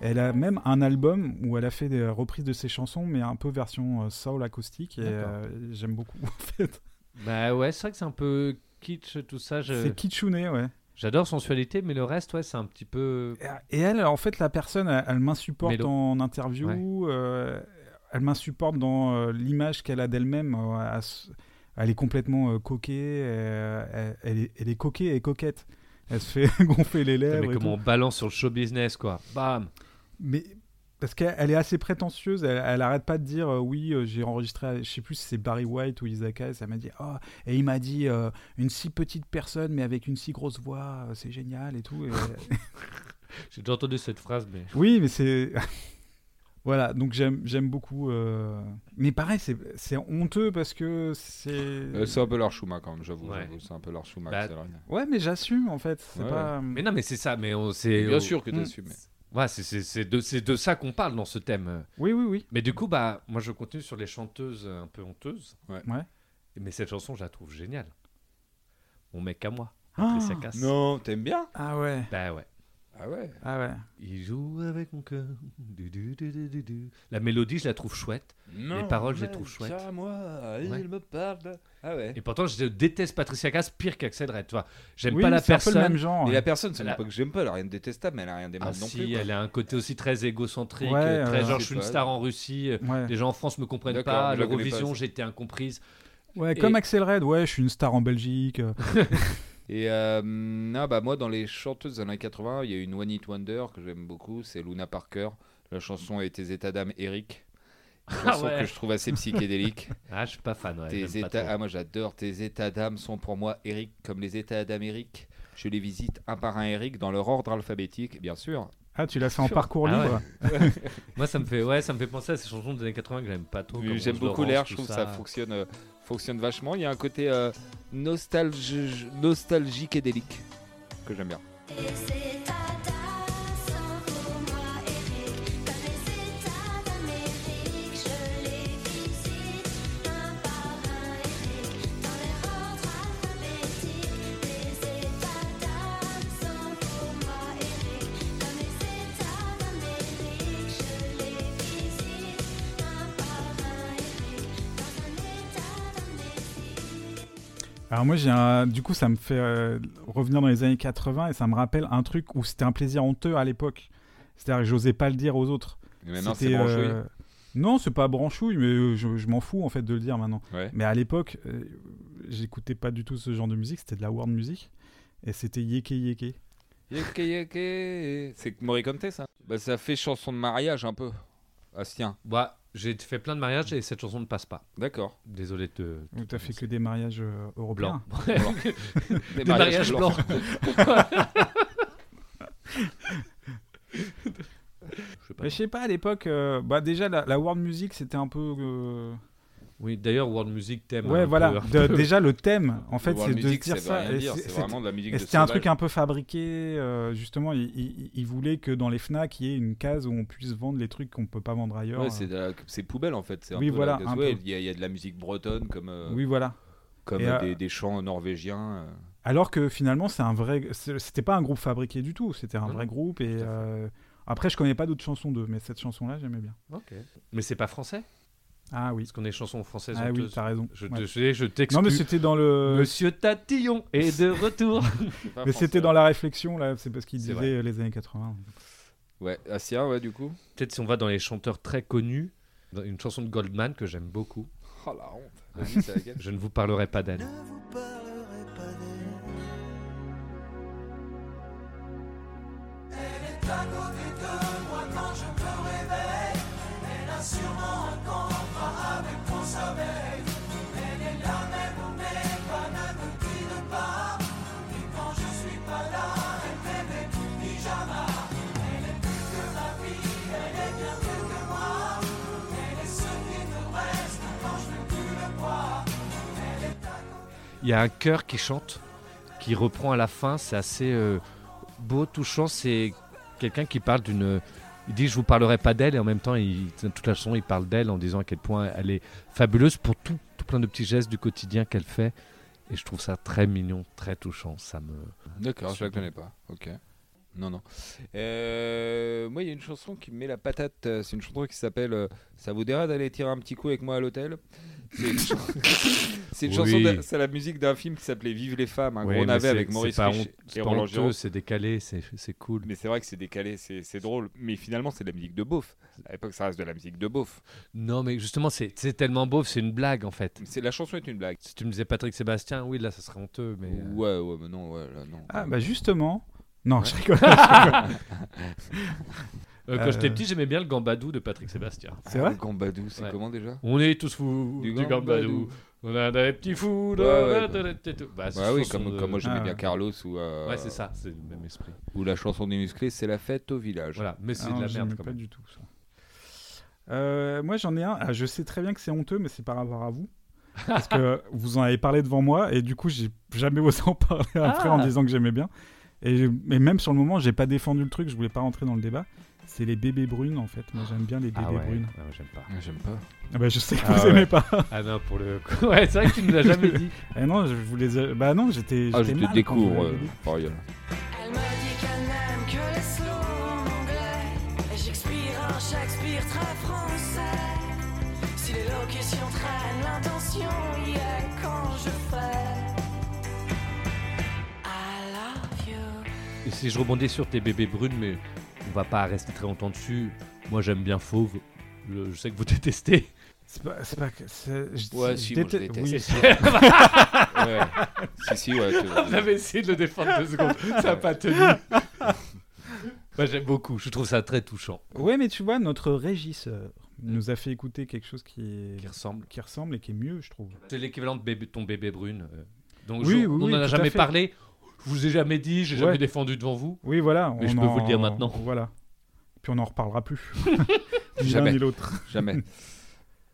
S3: Elle a même un album où elle a fait des reprises de ses chansons, mais un peu version euh, soul acoustique. Et
S4: D'accord.
S3: euh, j'aime beaucoup, en fait.
S4: Bah ouais, c'est vrai que c'est un peu kitsch tout ça. je-
S3: C'est kitschouné, ouais.
S4: J'adore Sensualité, mais le reste, ouais, c'est un petit peu.
S3: Et elle, en fait, la personne, elle, elle m'insupporte
S4: Mélo.
S3: en interview. euh, elle m'insupporte dans euh, l'image qu'elle a d'elle-même. euh, à s- elle est complètement euh, coquée. euh, elle, elle est, elle est coquée et coquette. Elle se fait gonfler les
S4: Putain,
S3: lèvres.
S4: Mais
S3: et
S4: comment on
S3: tout.
S4: balance sur le show business, quoi. Bam
S3: Mais parce qu'elle elle est assez prétentieuse, elle, elle arrête pas de dire euh, oui, euh, j'ai enregistré, à- je sais plus si c'est Barry White ou Isaac ça m'a dit ah et il m'a dit euh, une si petite personne mais avec une si grosse voix, euh, c'est génial et tout. et-
S4: J'ai déjà entendu cette phrase, mais.
S3: oui, mais c'est voilà, donc j'aime j'aime beaucoup euh, mais pareil, c'est c'est honteux parce que c'est
S5: Euh, c'est un peu leur Schumacher quand même, j'avoue. j'avoue, C'est un peu leur Schumacher.
S4: Bah,
S5: c'est vrai.
S3: Ouais, mais j'assume en fait, c'est
S5: Ouais.
S3: pas
S4: Mais non, mais c'est ça. Mais on, c'est
S5: Bien
S4: on-
S5: sûr que
S4: Mm.
S5: t'assumes.
S4: Ouais, c'est- c'est c'est de, c'est de ça qu'on parle dans ce thème.
S3: Oui, oui, oui.
S4: Mais du coup, bah, moi, je continue sur les chanteuses euh, un peu honteuses.
S5: Ouais.
S3: Ouais.
S4: Mais cette chanson, je la trouve géniale. Mon mec à moi.
S3: Ah,
S4: Patricia Cass.
S5: non, t'aimes bien
S3: Ah ouais.
S4: Bah ouais.
S5: Ah ouais.
S3: Ah ouais.
S4: Il joue avec mon cœur. Du, du, du, du, du, du. La mélodie, je la trouve chouette.
S5: Non,
S4: les paroles, je les
S5: mais
S4: trouve chouettes.
S5: tiens, moi,
S4: Ouais.
S5: il me parle. de- Ah ouais.
S4: Et pourtant, je déteste Patricia Cass pire qu'Axel Red. tu vois. J'aime
S5: Oui,
S4: pas la
S5: mais c'est un peu
S4: personne.
S5: le même genre, Mais hein. la personne, c'est
S4: Elle a-
S5: pas que j'aime pas, elle a rien de détestable, mais elle a rien d'aimable
S4: Ah
S5: non
S4: si,
S5: plus, quoi.
S4: Elle a un côté aussi très égocentrique,
S5: Ouais,
S4: euh,
S5: euh,
S4: très genre
S5: je
S4: je
S5: sais
S4: suis une
S5: pas.
S4: star en Russie, euh,
S5: Ouais.
S4: les gens en France me comprennent
S5: D'accord,
S4: pas,
S5: je la connais pas,
S4: l'Eurovision
S5: ça.
S4: j'étais incomprise.
S3: Ouais,
S4: Et-
S3: comme Axel Red, ouais, je suis une star en Belgique. euh.
S5: Et euh, non, bah moi, dans les chanteuses des années 80, il y a une One It Wonder que j'aime beaucoup, c'est Luna Parker. La chanson est Tes états d'âme, Eric. Une
S4: Ah
S5: chanson
S4: ouais.
S5: que je trouve assez psychédélique.
S4: Ah, je suis pas fan, ouais,
S5: Tes
S4: j'aime pas
S5: états-
S4: trop.
S5: Ah, moi j'adore. Tes états d'âme sont pour moi, Eric, comme les états d'Amérique. Je les visite un par un, Eric, dans leur ordre alphabétique, bien sûr.
S3: Ah, tu l'as fait en parcours
S4: Ah
S3: libre.
S4: ouais. Moi ça me fait ouais, ça me fait penser à ces chansons des années 80 que j'aime pas trop.
S5: Puis
S4: comme
S5: J'aime
S4: Rose
S5: beaucoup
S4: Laurence,
S5: l'air, je
S4: tout
S5: trouve que ça fonctionne, euh, fonctionne vachement. Il y a un côté euh, nostalgi- nostalgique et délique que j'aime bien.
S3: Alors moi j'ai un... du coup ça me fait euh, revenir dans les années 80 et ça me rappelle un truc où c'était un plaisir honteux à l'époque. C'est-à-dire que j'osais pas le dire aux autres.
S5: Et maintenant,
S3: C'était, euh,
S5: c'est branchouille.
S3: Non, c'est pas branchouille mais euh, je, je m'en fous en fait de le dire maintenant.
S5: Ouais.
S3: Mais à l'époque, euh, j'écoutais pas du tout ce genre de musique, c'était de la world music et c'était yéké yéké.
S5: Yeke yeke. C'est Morricone, ça Bah, ça fait chanson de mariage un peu. Ah, Bastien.
S4: Bah, j'ai fait plein de mariages et cette chanson ne passe pas.
S5: D'accord.
S4: Désolé de te.
S3: Ou t'as fait que des mariages euh, européens.
S4: Blancs. Des mariages blancs.
S3: Mais Je sais pas, à l'époque, euh, bah déjà la, la world music c'était un peu. euh,
S4: Oui, d'ailleurs, World Music thème.
S3: Ouais,
S4: un
S3: voilà.
S4: peu- hein. un
S3: De-
S4: peu-
S3: déjà, le thème, en fait,
S5: world
S3: c'est de se
S5: music,
S3: dire
S5: ça veut
S3: ça.
S5: rien
S3: Et
S5: dire,
S3: c'est-
S5: c'est vraiment
S3: c'était-
S5: de la musique
S3: et
S5: de
S3: C'était un
S5: sauvage.
S3: truc un peu fabriqué. euh, justement, il, il- il voulait que dans les Fnac, il y ait une case où on puisse vendre les trucs qu'on peut pas vendre ailleurs.
S5: Ouais, c'est de la- c'est poubelle en fait. C'est un
S3: Oui,
S5: peu la
S3: voilà,
S5: Gaz-
S3: un
S5: ouais,
S3: peu.
S5: Il y, a- il y a de la musique bretonne comme. euh,
S3: Oui, voilà.
S5: Comme
S3: Et,
S5: euh,
S3: euh,
S5: des, des chants norvégiens. euh.
S3: Alors que finalement, c'est un vrai. c'est- C'était pas un groupe fabriqué du tout. C'était un vrai groupe. Et euh, après, je connais pas d'autres chansons d'eux, mais cette chanson-là, j'aimais bien.
S4: Ok. Mais c'est pas français
S3: Ah oui.
S4: Parce qu'on est chansons françaises.
S3: Ah oui,
S4: honteuses.
S3: t'as raison.
S4: Je,
S3: Ouais.
S4: te- je, je t'exclus.
S3: Non, mais c'était dans le.
S4: Monsieur Tatillon est de retour.
S3: mais
S5: hein.
S3: c'était dans la réflexion là. C'est parce qu'il
S4: C'est
S3: disait
S4: vrai.
S3: euh, les années 80.
S5: Ouais, Asia, ouais, du coup.
S4: Peut-être si on va dans les chanteurs très connus, dans une chanson de Goldman que j'aime beaucoup.
S5: Oh la honte. Vas-y, c'est laquelle
S4: je ne vous parlerai pas d'elle.
S14: Elle est à côté de moi quand je me réveille. Elle a sûrement un contrat avec mon sommeil. Elle est là même où mes pas ne me guide pas. Et quand je suis pas là, elle fait mes petits pyjamas. Elle est plus que ma vie, elle est bien plus que moi. Elle est ce qui me reste quand je ne plus le crois. Elle est à
S4: Il y a un chœur qui chante, qui reprend à la fin. C'est assez euh, beau, touchant. C'est quelqu'un qui parle d'une. Il dit je vous parlerai pas d'elle et en même temps il, toute la chanson il parle d'elle en disant à quel point elle est fabuleuse pour tout, tout plein de petits gestes du quotidien qu'elle fait et je trouve ça très mignon, très touchant. Ça me.
S5: D'accord, je la connais pas. Ok. Non, non. Euh, moi, il y a une chanson qui me met la patate. euh, C'est une chanson qui s'appelle euh, Ça vous dira d'aller tirer un petit coup avec moi à l'hôtel C'est une, chan- C'est une chanson.
S4: Oui.
S5: d'un- C'est la musique d'un film qui s'appelait Vive les femmes, un
S4: Ouais,
S5: gros
S4: mais
S5: navet
S4: c'est-
S5: avec Maurice
S4: c'est pas,
S5: Richet
S4: honte- c'est
S5: et
S4: pas
S5: Roland Giraud.
S4: honteux, c'est décalé, c'est c'est cool.
S5: Mais c'est vrai que c'est décalé, c'est c'est drôle. Mais finalement, c'est de la musique de beauf. À l'époque, ça reste de la musique de beauf.
S4: Non, mais justement, c'est c'est tellement beau, c'est une blague en fait.
S5: C'est la chanson est une blague.
S4: Si tu me disais Patrick Sébastien, oui, là, ça serait honteux, mais euh,
S5: Ouais, ouais, mais non, ouais, là, non.
S3: Ah bah justement. Non, je rigole.
S4: Euh, quand j'étais petit, j'aimais bien le Gambadou de Patrick Sébastien.
S3: C'est vrai
S5: Le Gambadou, c'est comment déjà
S4: On est tous fous
S5: Du
S4: du,
S5: Gambadou.
S4: Gambadou. On a des petits fous. de-
S5: Ouais, ouais,
S4: de- de- de- de- Bah, c'est
S5: Bah oui,
S4: chanson
S5: comme,
S4: de-
S5: comme moi j'aimais
S3: Ah.
S5: bien Carlos ou. euh,
S4: Ouais, c'est ça, c'est le même esprit.
S5: Ou la chanson des musclés, c'est la fête au village.
S4: Voilà, mais c'est
S3: Ah non,
S4: de la
S3: j'aimais
S4: merde quand
S3: pas
S4: même.
S3: du tout ça. Euh, moi j'en ai un. Ah, je sais très bien que c'est honteux, mais c'est par rapport à vous. Parce que vous en avez parlé devant moi et du coup j'ai jamais osé en parler après
S4: Ah.
S3: en disant que j'aimais bien. Et, mais même sur le moment, j'ai pas défendu le truc, je voulais pas rentrer dans le débat. C'est les bébés brunes en fait. Moi j'aime bien les bébés
S4: Ah ouais,
S3: brunes.
S4: ah ouais, j'aime pas.
S5: Ah, J'aime pas.
S3: Ah bah je sais que
S4: Ah
S3: vous
S4: ouais.
S3: aimez pas.
S4: Ah non, pour le coup. Ouais, c'est vrai que tu nous l'as jamais dit.
S3: Eh non, je voulais. Bah non, j'étais.
S5: Ah, je
S3: j'étais
S5: te
S3: mal quand
S5: découvre,
S3: vous
S5: euh,
S3: l'avez dit.
S5: Fariol.
S14: Elle me dit qu'elle n'aime que les slows anglais Et j'expire un Shakespeare très français Si les locutions traînent, l'intention y est quand je fais I love you
S4: Et si je rebondis sur tes bébés brunes, mais on va pas rester très longtemps dessus. Moi, j'aime bien Fauve. Le- je sais que vous détestez.
S3: C'est pas. Bah, C'est pas. que- c'est- je-
S5: Ouais,
S3: je
S5: si, moi, je
S3: déteste-
S5: déteste.
S3: oui.
S5: Ouais. Si, si, ouais.
S4: On avait essayé de le défendre deux secondes. Ça n'a pas tenu. Moi, j'aime beaucoup. Je trouve ça très touchant.
S3: Ouais, mais tu vois, notre régisseur nous a fait écouter quelque chose qui, est-
S4: Qui ressemble.
S3: qui ressemble et qui est mieux, je trouve.
S4: C'est l'équivalent de bébé- ton bébé brune. euh. Donc,
S3: Oui,
S4: je-
S3: oui,
S4: on
S3: oui,
S4: n'en a
S3: tout à
S4: jamais
S3: fait.
S4: parlé. Je vous ai jamais dit, j'ai
S3: Ouais.
S4: jamais défendu devant vous.
S3: Oui, voilà.
S4: Mais
S3: on
S4: je peux vous le dire
S3: en-
S4: maintenant.
S3: Voilà. Puis on n'en reparlera plus. Ni l'un
S5: Jamais.
S3: ni l'autre.
S5: Jamais.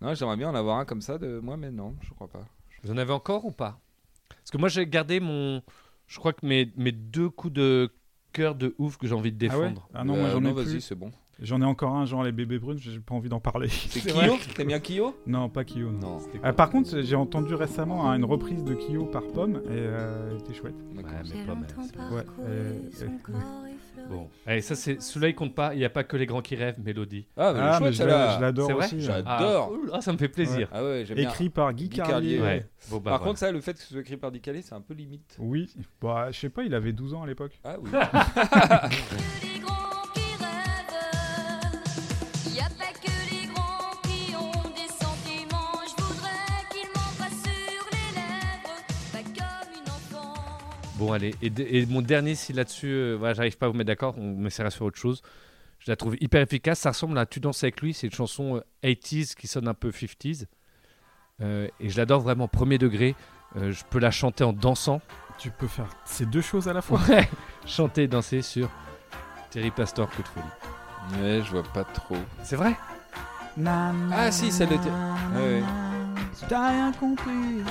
S5: Non, j'aimerais bien en avoir un comme ça de moi, mais non, je crois pas.
S4: Vous en avez encore ou pas Parce que moi, j'ai gardé mon. Je crois que mes, mes deux coups de cœur de ouf que j'ai envie de
S3: Ah ouais
S4: défendre.
S3: Ah non, moi
S5: Euh,
S3: j'en
S5: non,
S3: ai
S5: vas-y,
S3: plus.
S5: c'est bon.
S3: J'en ai encore un, genre les bébés brunes, j'ai pas envie d'en parler.
S5: C'est Kyo T'aimes bien Kyo
S3: Non, pas Kyo. Non.
S5: Non.
S3: Ah, par contre, j'ai entendu récemment hein, une reprise de Kyo par Pomme et euh, elle était chouette.
S4: Ouais, mais pas mal.
S3: Ouais, euh, euh,
S4: Bon. Allez, ça, c'est... celui-là, il compte pas. Il n'y a pas que les grands qui rêvent, Mélodie.
S5: Ah, mais elle est
S3: Ah, mais
S5: chouette,
S3: je
S5: celle-là.
S3: la- je l'adore
S4: C'est vrai
S3: aussi.
S5: J'adore.
S4: Ah, oula, ça me fait plaisir.
S5: Ah ouais, j'aime bien.
S3: Écrit par Guy, Carlier.
S4: Ouais. Bon, bah,
S5: par
S4: voilà. Oh.
S5: contre, ça, le fait que ce soit écrit par Dicalé, c'est un peu limite.
S3: Oui, bah, je sais pas, il avait 12 ans à l'époque.
S5: Ah oui.
S11: Les grands qui rêvent, y a pas que les grands qui ont des sentiments. Je voudrais qu'ils m'embrassent sur les lèvres, pas comme une enfant.
S4: Bon, allez. Et, de- et mon dernier, si là-dessus, euh, voilà, j'arrive pas à vous mettre d'accord, on m'essaiera sur autre chose. Je la trouve hyper efficace. Ça ressemble à Tu danses avec lui. C'est une chanson euh, 80s qui sonne un peu 50s. Euh, et je l'adore vraiment, premier degré. Euh, je peux la chanter en dansant.
S3: Tu peux faire ces deux choses à la fois.
S4: Ouais, chanter et danser sur Terry Pastor, que de folie.
S5: Ouais, je vois pas trop.
S4: C'est vrai
S5: Ah si, celle de Thierry. Ouais, ouais.
S3: T'as rien compris.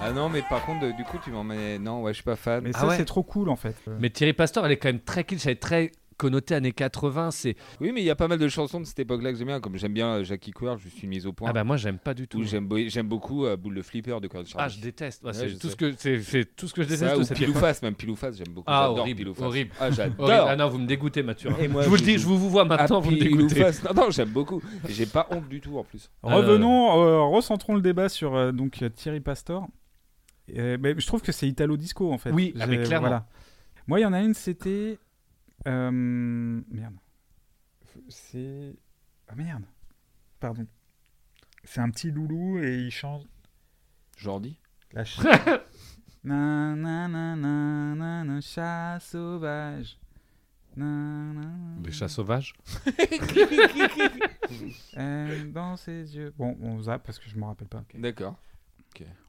S5: Ah non, mais par contre, du coup, tu m'emmènes. Non, ouais, je suis pas fan.
S3: Mais ça,
S5: ah ouais.
S3: c'est trop cool en fait. Euh,
S4: Mais Thierry Pastor, elle est quand même très kitsch, elle est très connotée années 80. C'est
S5: Oui, mais il y a pas mal de chansons de cette époque-là que j'aime bien. Comme j'aime bien euh, Jackie Coeur, je suis mise au point.
S4: Ah bah moi, j'aime pas du tout.
S5: Ou j'aime beau- j'aime beaucoup euh, Boule de Flipper de Coeur de
S4: Ah,
S5: Charlie.
S4: je déteste. Ouais,
S5: Ouais,
S4: c'est
S5: je
S4: tout
S5: sais.
S4: ce que c'est, c'est tout ce que je déteste.
S5: Ouais,
S4: de
S5: ou
S4: cette
S5: Pilou
S4: époque.
S5: Face, même Pilou Face, j'aime beaucoup.
S4: Ah
S5: J'adore
S4: horrible,
S5: Pilou Face.
S4: horrible.
S5: Ah, j'adore.
S4: Horrible. Ah non, vous me dégoûtez, Mathieu.
S5: Et moi,
S4: je vous le
S5: je
S4: dis,
S5: joue
S4: je vous vous vois maintenant,
S5: à
S4: vous me
S5: Pilou
S4: dégoûtez.
S5: Face. Non, non, j'aime beaucoup. J'ai pas honte du tout en plus.
S3: Revenons, euh, recentrons le débat sur euh, donc euh, Thierry Pastor. Euh, ben, je trouve que c'est Italo Disco en fait.
S4: Oui,
S3: J'ai-
S4: ah, mais clairement.
S3: Moi, il y en a une, c'était. euh, Merde. C'est. Ah merde. Pardon. C'est un petit loulou et il chante.
S5: Jordi
S3: La ch- Na, na, na, na, na, na, chat sauvage. Na, na, na,
S4: Mais chat sauvage.
S3: euh, dans ses yeux. Bon, on zappe parce que je me rappelle pas.
S5: D'accord.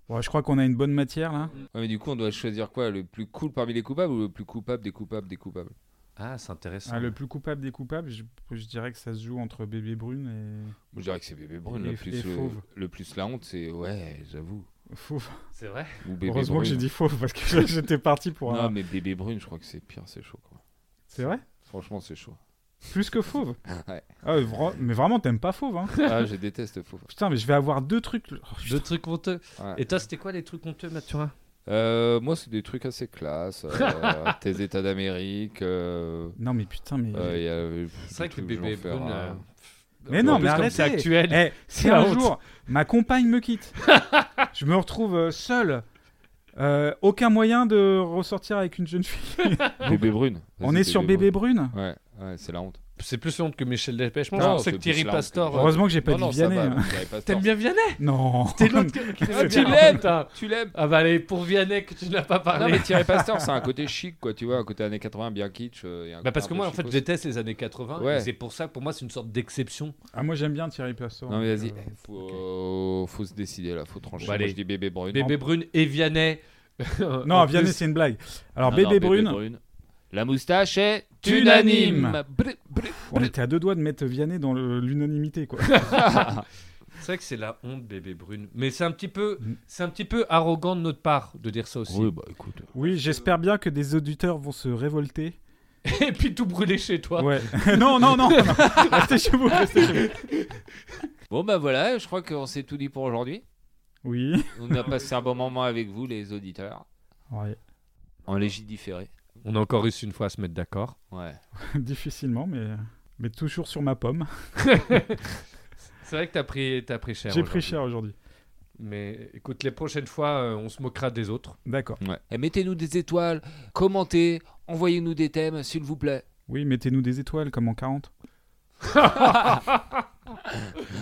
S3: Ouais, je crois qu'on a une bonne matière là.
S5: Ouais, mais du coup, on doit choisir quoi Le plus cool parmi les coupables ou le plus coupable des coupables des coupables
S4: Ah, c'est intéressant.
S3: Ah, le plus coupable des coupables, je, je dirais que ça se joue entre Bébé Brune et.
S5: Moi, je dirais que c'est Bébé Brune.
S3: Et-
S5: Le
S3: et
S5: plus, le,
S3: Fauve.
S5: le plus la honte, c'est. Ouais, j'avoue.
S3: Fauve.
S4: C'est vrai
S5: Ou Bébé
S3: Heureusement que
S5: Brune.
S3: j'ai dit fauve parce que j'étais parti pour
S5: Non,
S3: un-
S5: mais Bébé Brune, je crois que c'est pire, c'est chaud. Quoi.
S3: C'est vrai
S5: Franchement, c'est chaud.
S3: Plus que fauve
S5: Ouais.
S3: Ah, vra- Mais vraiment, t'aimes pas fauve hein
S5: Ah, je déteste Fauve.
S3: Putain, mais je vais avoir deux trucs. Oh,
S4: Deux trucs honteux.
S5: Ouais.
S4: Et toi, c'était quoi les trucs honteux, Mathurin
S5: Euh, moi, c'est des trucs assez classe. euh, tes états d'amérique. euh,
S3: Non, mais putain, mais-
S5: euh, il y a- pff,
S4: C'est vrai
S5: des
S4: que
S5: trucs
S4: Bébé
S5: j'en fais,
S4: Brune,
S5: hein.
S4: euh,
S3: Mais
S4: En
S3: non,
S4: plus,
S3: mais
S4: comme
S3: arrêtez.
S4: c'est actuel.
S3: Eh,
S4: c'est
S3: si
S4: la
S3: un
S4: honte.
S3: jour ma compagne me quitte, je me retrouve euh, seul. euh, aucun moyen de ressortir avec une jeune fille.
S5: Bébé Brune.
S3: On
S5: Vas-y,
S3: est sur Bébé Brune.
S5: Ouais, ouais, c'est la honte.
S4: Eh, C'est plus la honte que Michel Delpech. Moi,
S5: Non,
S4: je pensais
S5: c'est
S4: que
S5: plus
S4: Thierry
S5: la honte que-
S4: Pastor. euh,
S3: Heureusement que j'ai pas
S4: non,
S3: dit
S4: non, ça
S3: Vianney.
S4: va,
S3: hein.
S4: vous avez pas T'aimes bien Vianney
S3: Non.
S4: T'es l'autre qui- qui
S5: Ah,
S4: t'aimait
S5: tu
S4: bien.
S5: l'aimes,
S4: Putain.
S5: tu l'aimes.
S4: Ah bah allez, pour Vianney que tu n'as pas
S5: Non,
S4: parlé.
S5: mais Thierry Pasteur, c'est un côté chic, quoi, tu vois, un côté années 80 bien kitsch. euh, et un
S4: Bah parce que
S5: côté un
S4: moi, en
S5: peu
S4: fait, je
S5: chicos.
S4: déteste les années 80.
S5: Ouais.
S4: et c'est pour ça que pour moi, c'est une sorte d'exception.
S3: Ah, moi j'aime bien Thierry Pastor.
S5: Non, mais
S3: donc,
S5: vas-y,
S3: euh,
S5: faut, euh, faut se décider là, faut trancher.
S4: Bon, allez.
S5: Moi, je dis Bébé Brune.
S4: Bébé Brune et Vianney.
S3: Non,
S4: En
S3: Vianney,
S4: plus-
S3: c'est une blague. Alors,
S5: Non,
S3: Bébé,
S5: Ah non, Bébé
S3: Brune,
S5: Brune. La moustache est
S4: Unanime.
S5: unanime. Brr, brr.
S3: on était à deux doigts de mettre Vianney dans le- l'unanimité, quoi.
S4: C'est vrai que c'est la honte, Bébé Brune. Mais c'est un petit peu, c'est un petit peu arrogant de notre part de dire ça aussi.
S5: Oui, bah écoute.
S3: Mm. oui, j'espère bien que des auditeurs vont se révolter.
S4: et puis tout brûler chez toi.
S3: Ouais. non, non, non, non. Ah. Restez chez vous, restez chez vous.
S5: Bon, bah voilà, je crois qu'on s'est tout dit pour aujourd'hui.
S3: Oui.
S5: On a passé un bon moment avec vous, les auditeurs.
S3: Ouais.
S5: En légit différé.
S4: On a encore réussi une fois à se mettre d'accord.
S5: Ouais.
S3: Difficilement, mais, mais toujours sur ma pomme.
S4: C'est vrai que t'as pris, t'as pris cher.
S3: J'ai pris
S4: aujourd'hui.
S3: cher aujourd'hui.
S4: Mais écoute, les prochaines fois, euh, on se moquera des autres.
S3: D'accord.
S5: Et Eh, mettez-nous des étoiles, commentez, envoyez-nous des thèmes, s'il vous plaît.
S3: Oui, mettez-nous des étoiles comme en 40.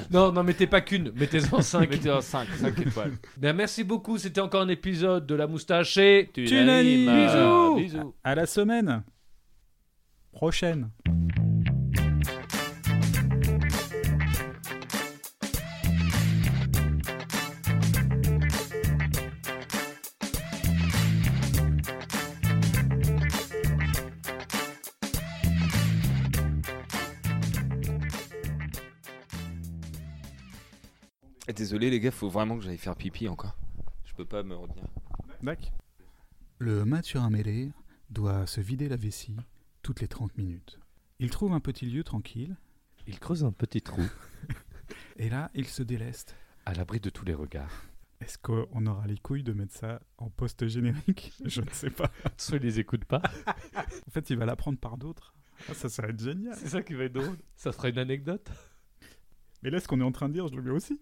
S4: non, non, mettez pas qu'une, mettez-en cinq.
S5: Mettez-en cinq, cinq étoiles.
S4: Ben, merci beaucoup, c'était encore un épisode de La Moustache et...
S3: Tunanime.
S4: Bisous
S5: Bisous.
S3: À la semaine prochaine.
S5: Désolé les gars, faut vraiment que j'aille faire pipi encore. Je peux pas me retenir.
S3: Le Mathurin Mêlé doit se vider la vessie toutes les 30 minutes. Il trouve un petit lieu tranquille.
S4: Il creuse un petit trou.
S3: Et là, il se déleste.
S4: À l'abri de tous les regards.
S3: Est-ce qu'on aura les couilles de mettre ça en poste générique Je ne sais pas.
S4: Soit il les écoute pas.
S3: en fait, il va l'apprendre par d'autres. Ah, ça, ça va être génial.
S4: C'est ça qui va être drôle. Ça sera une anecdote.
S3: Mais là, ce qu'on est en train de dire, je le mets aussi.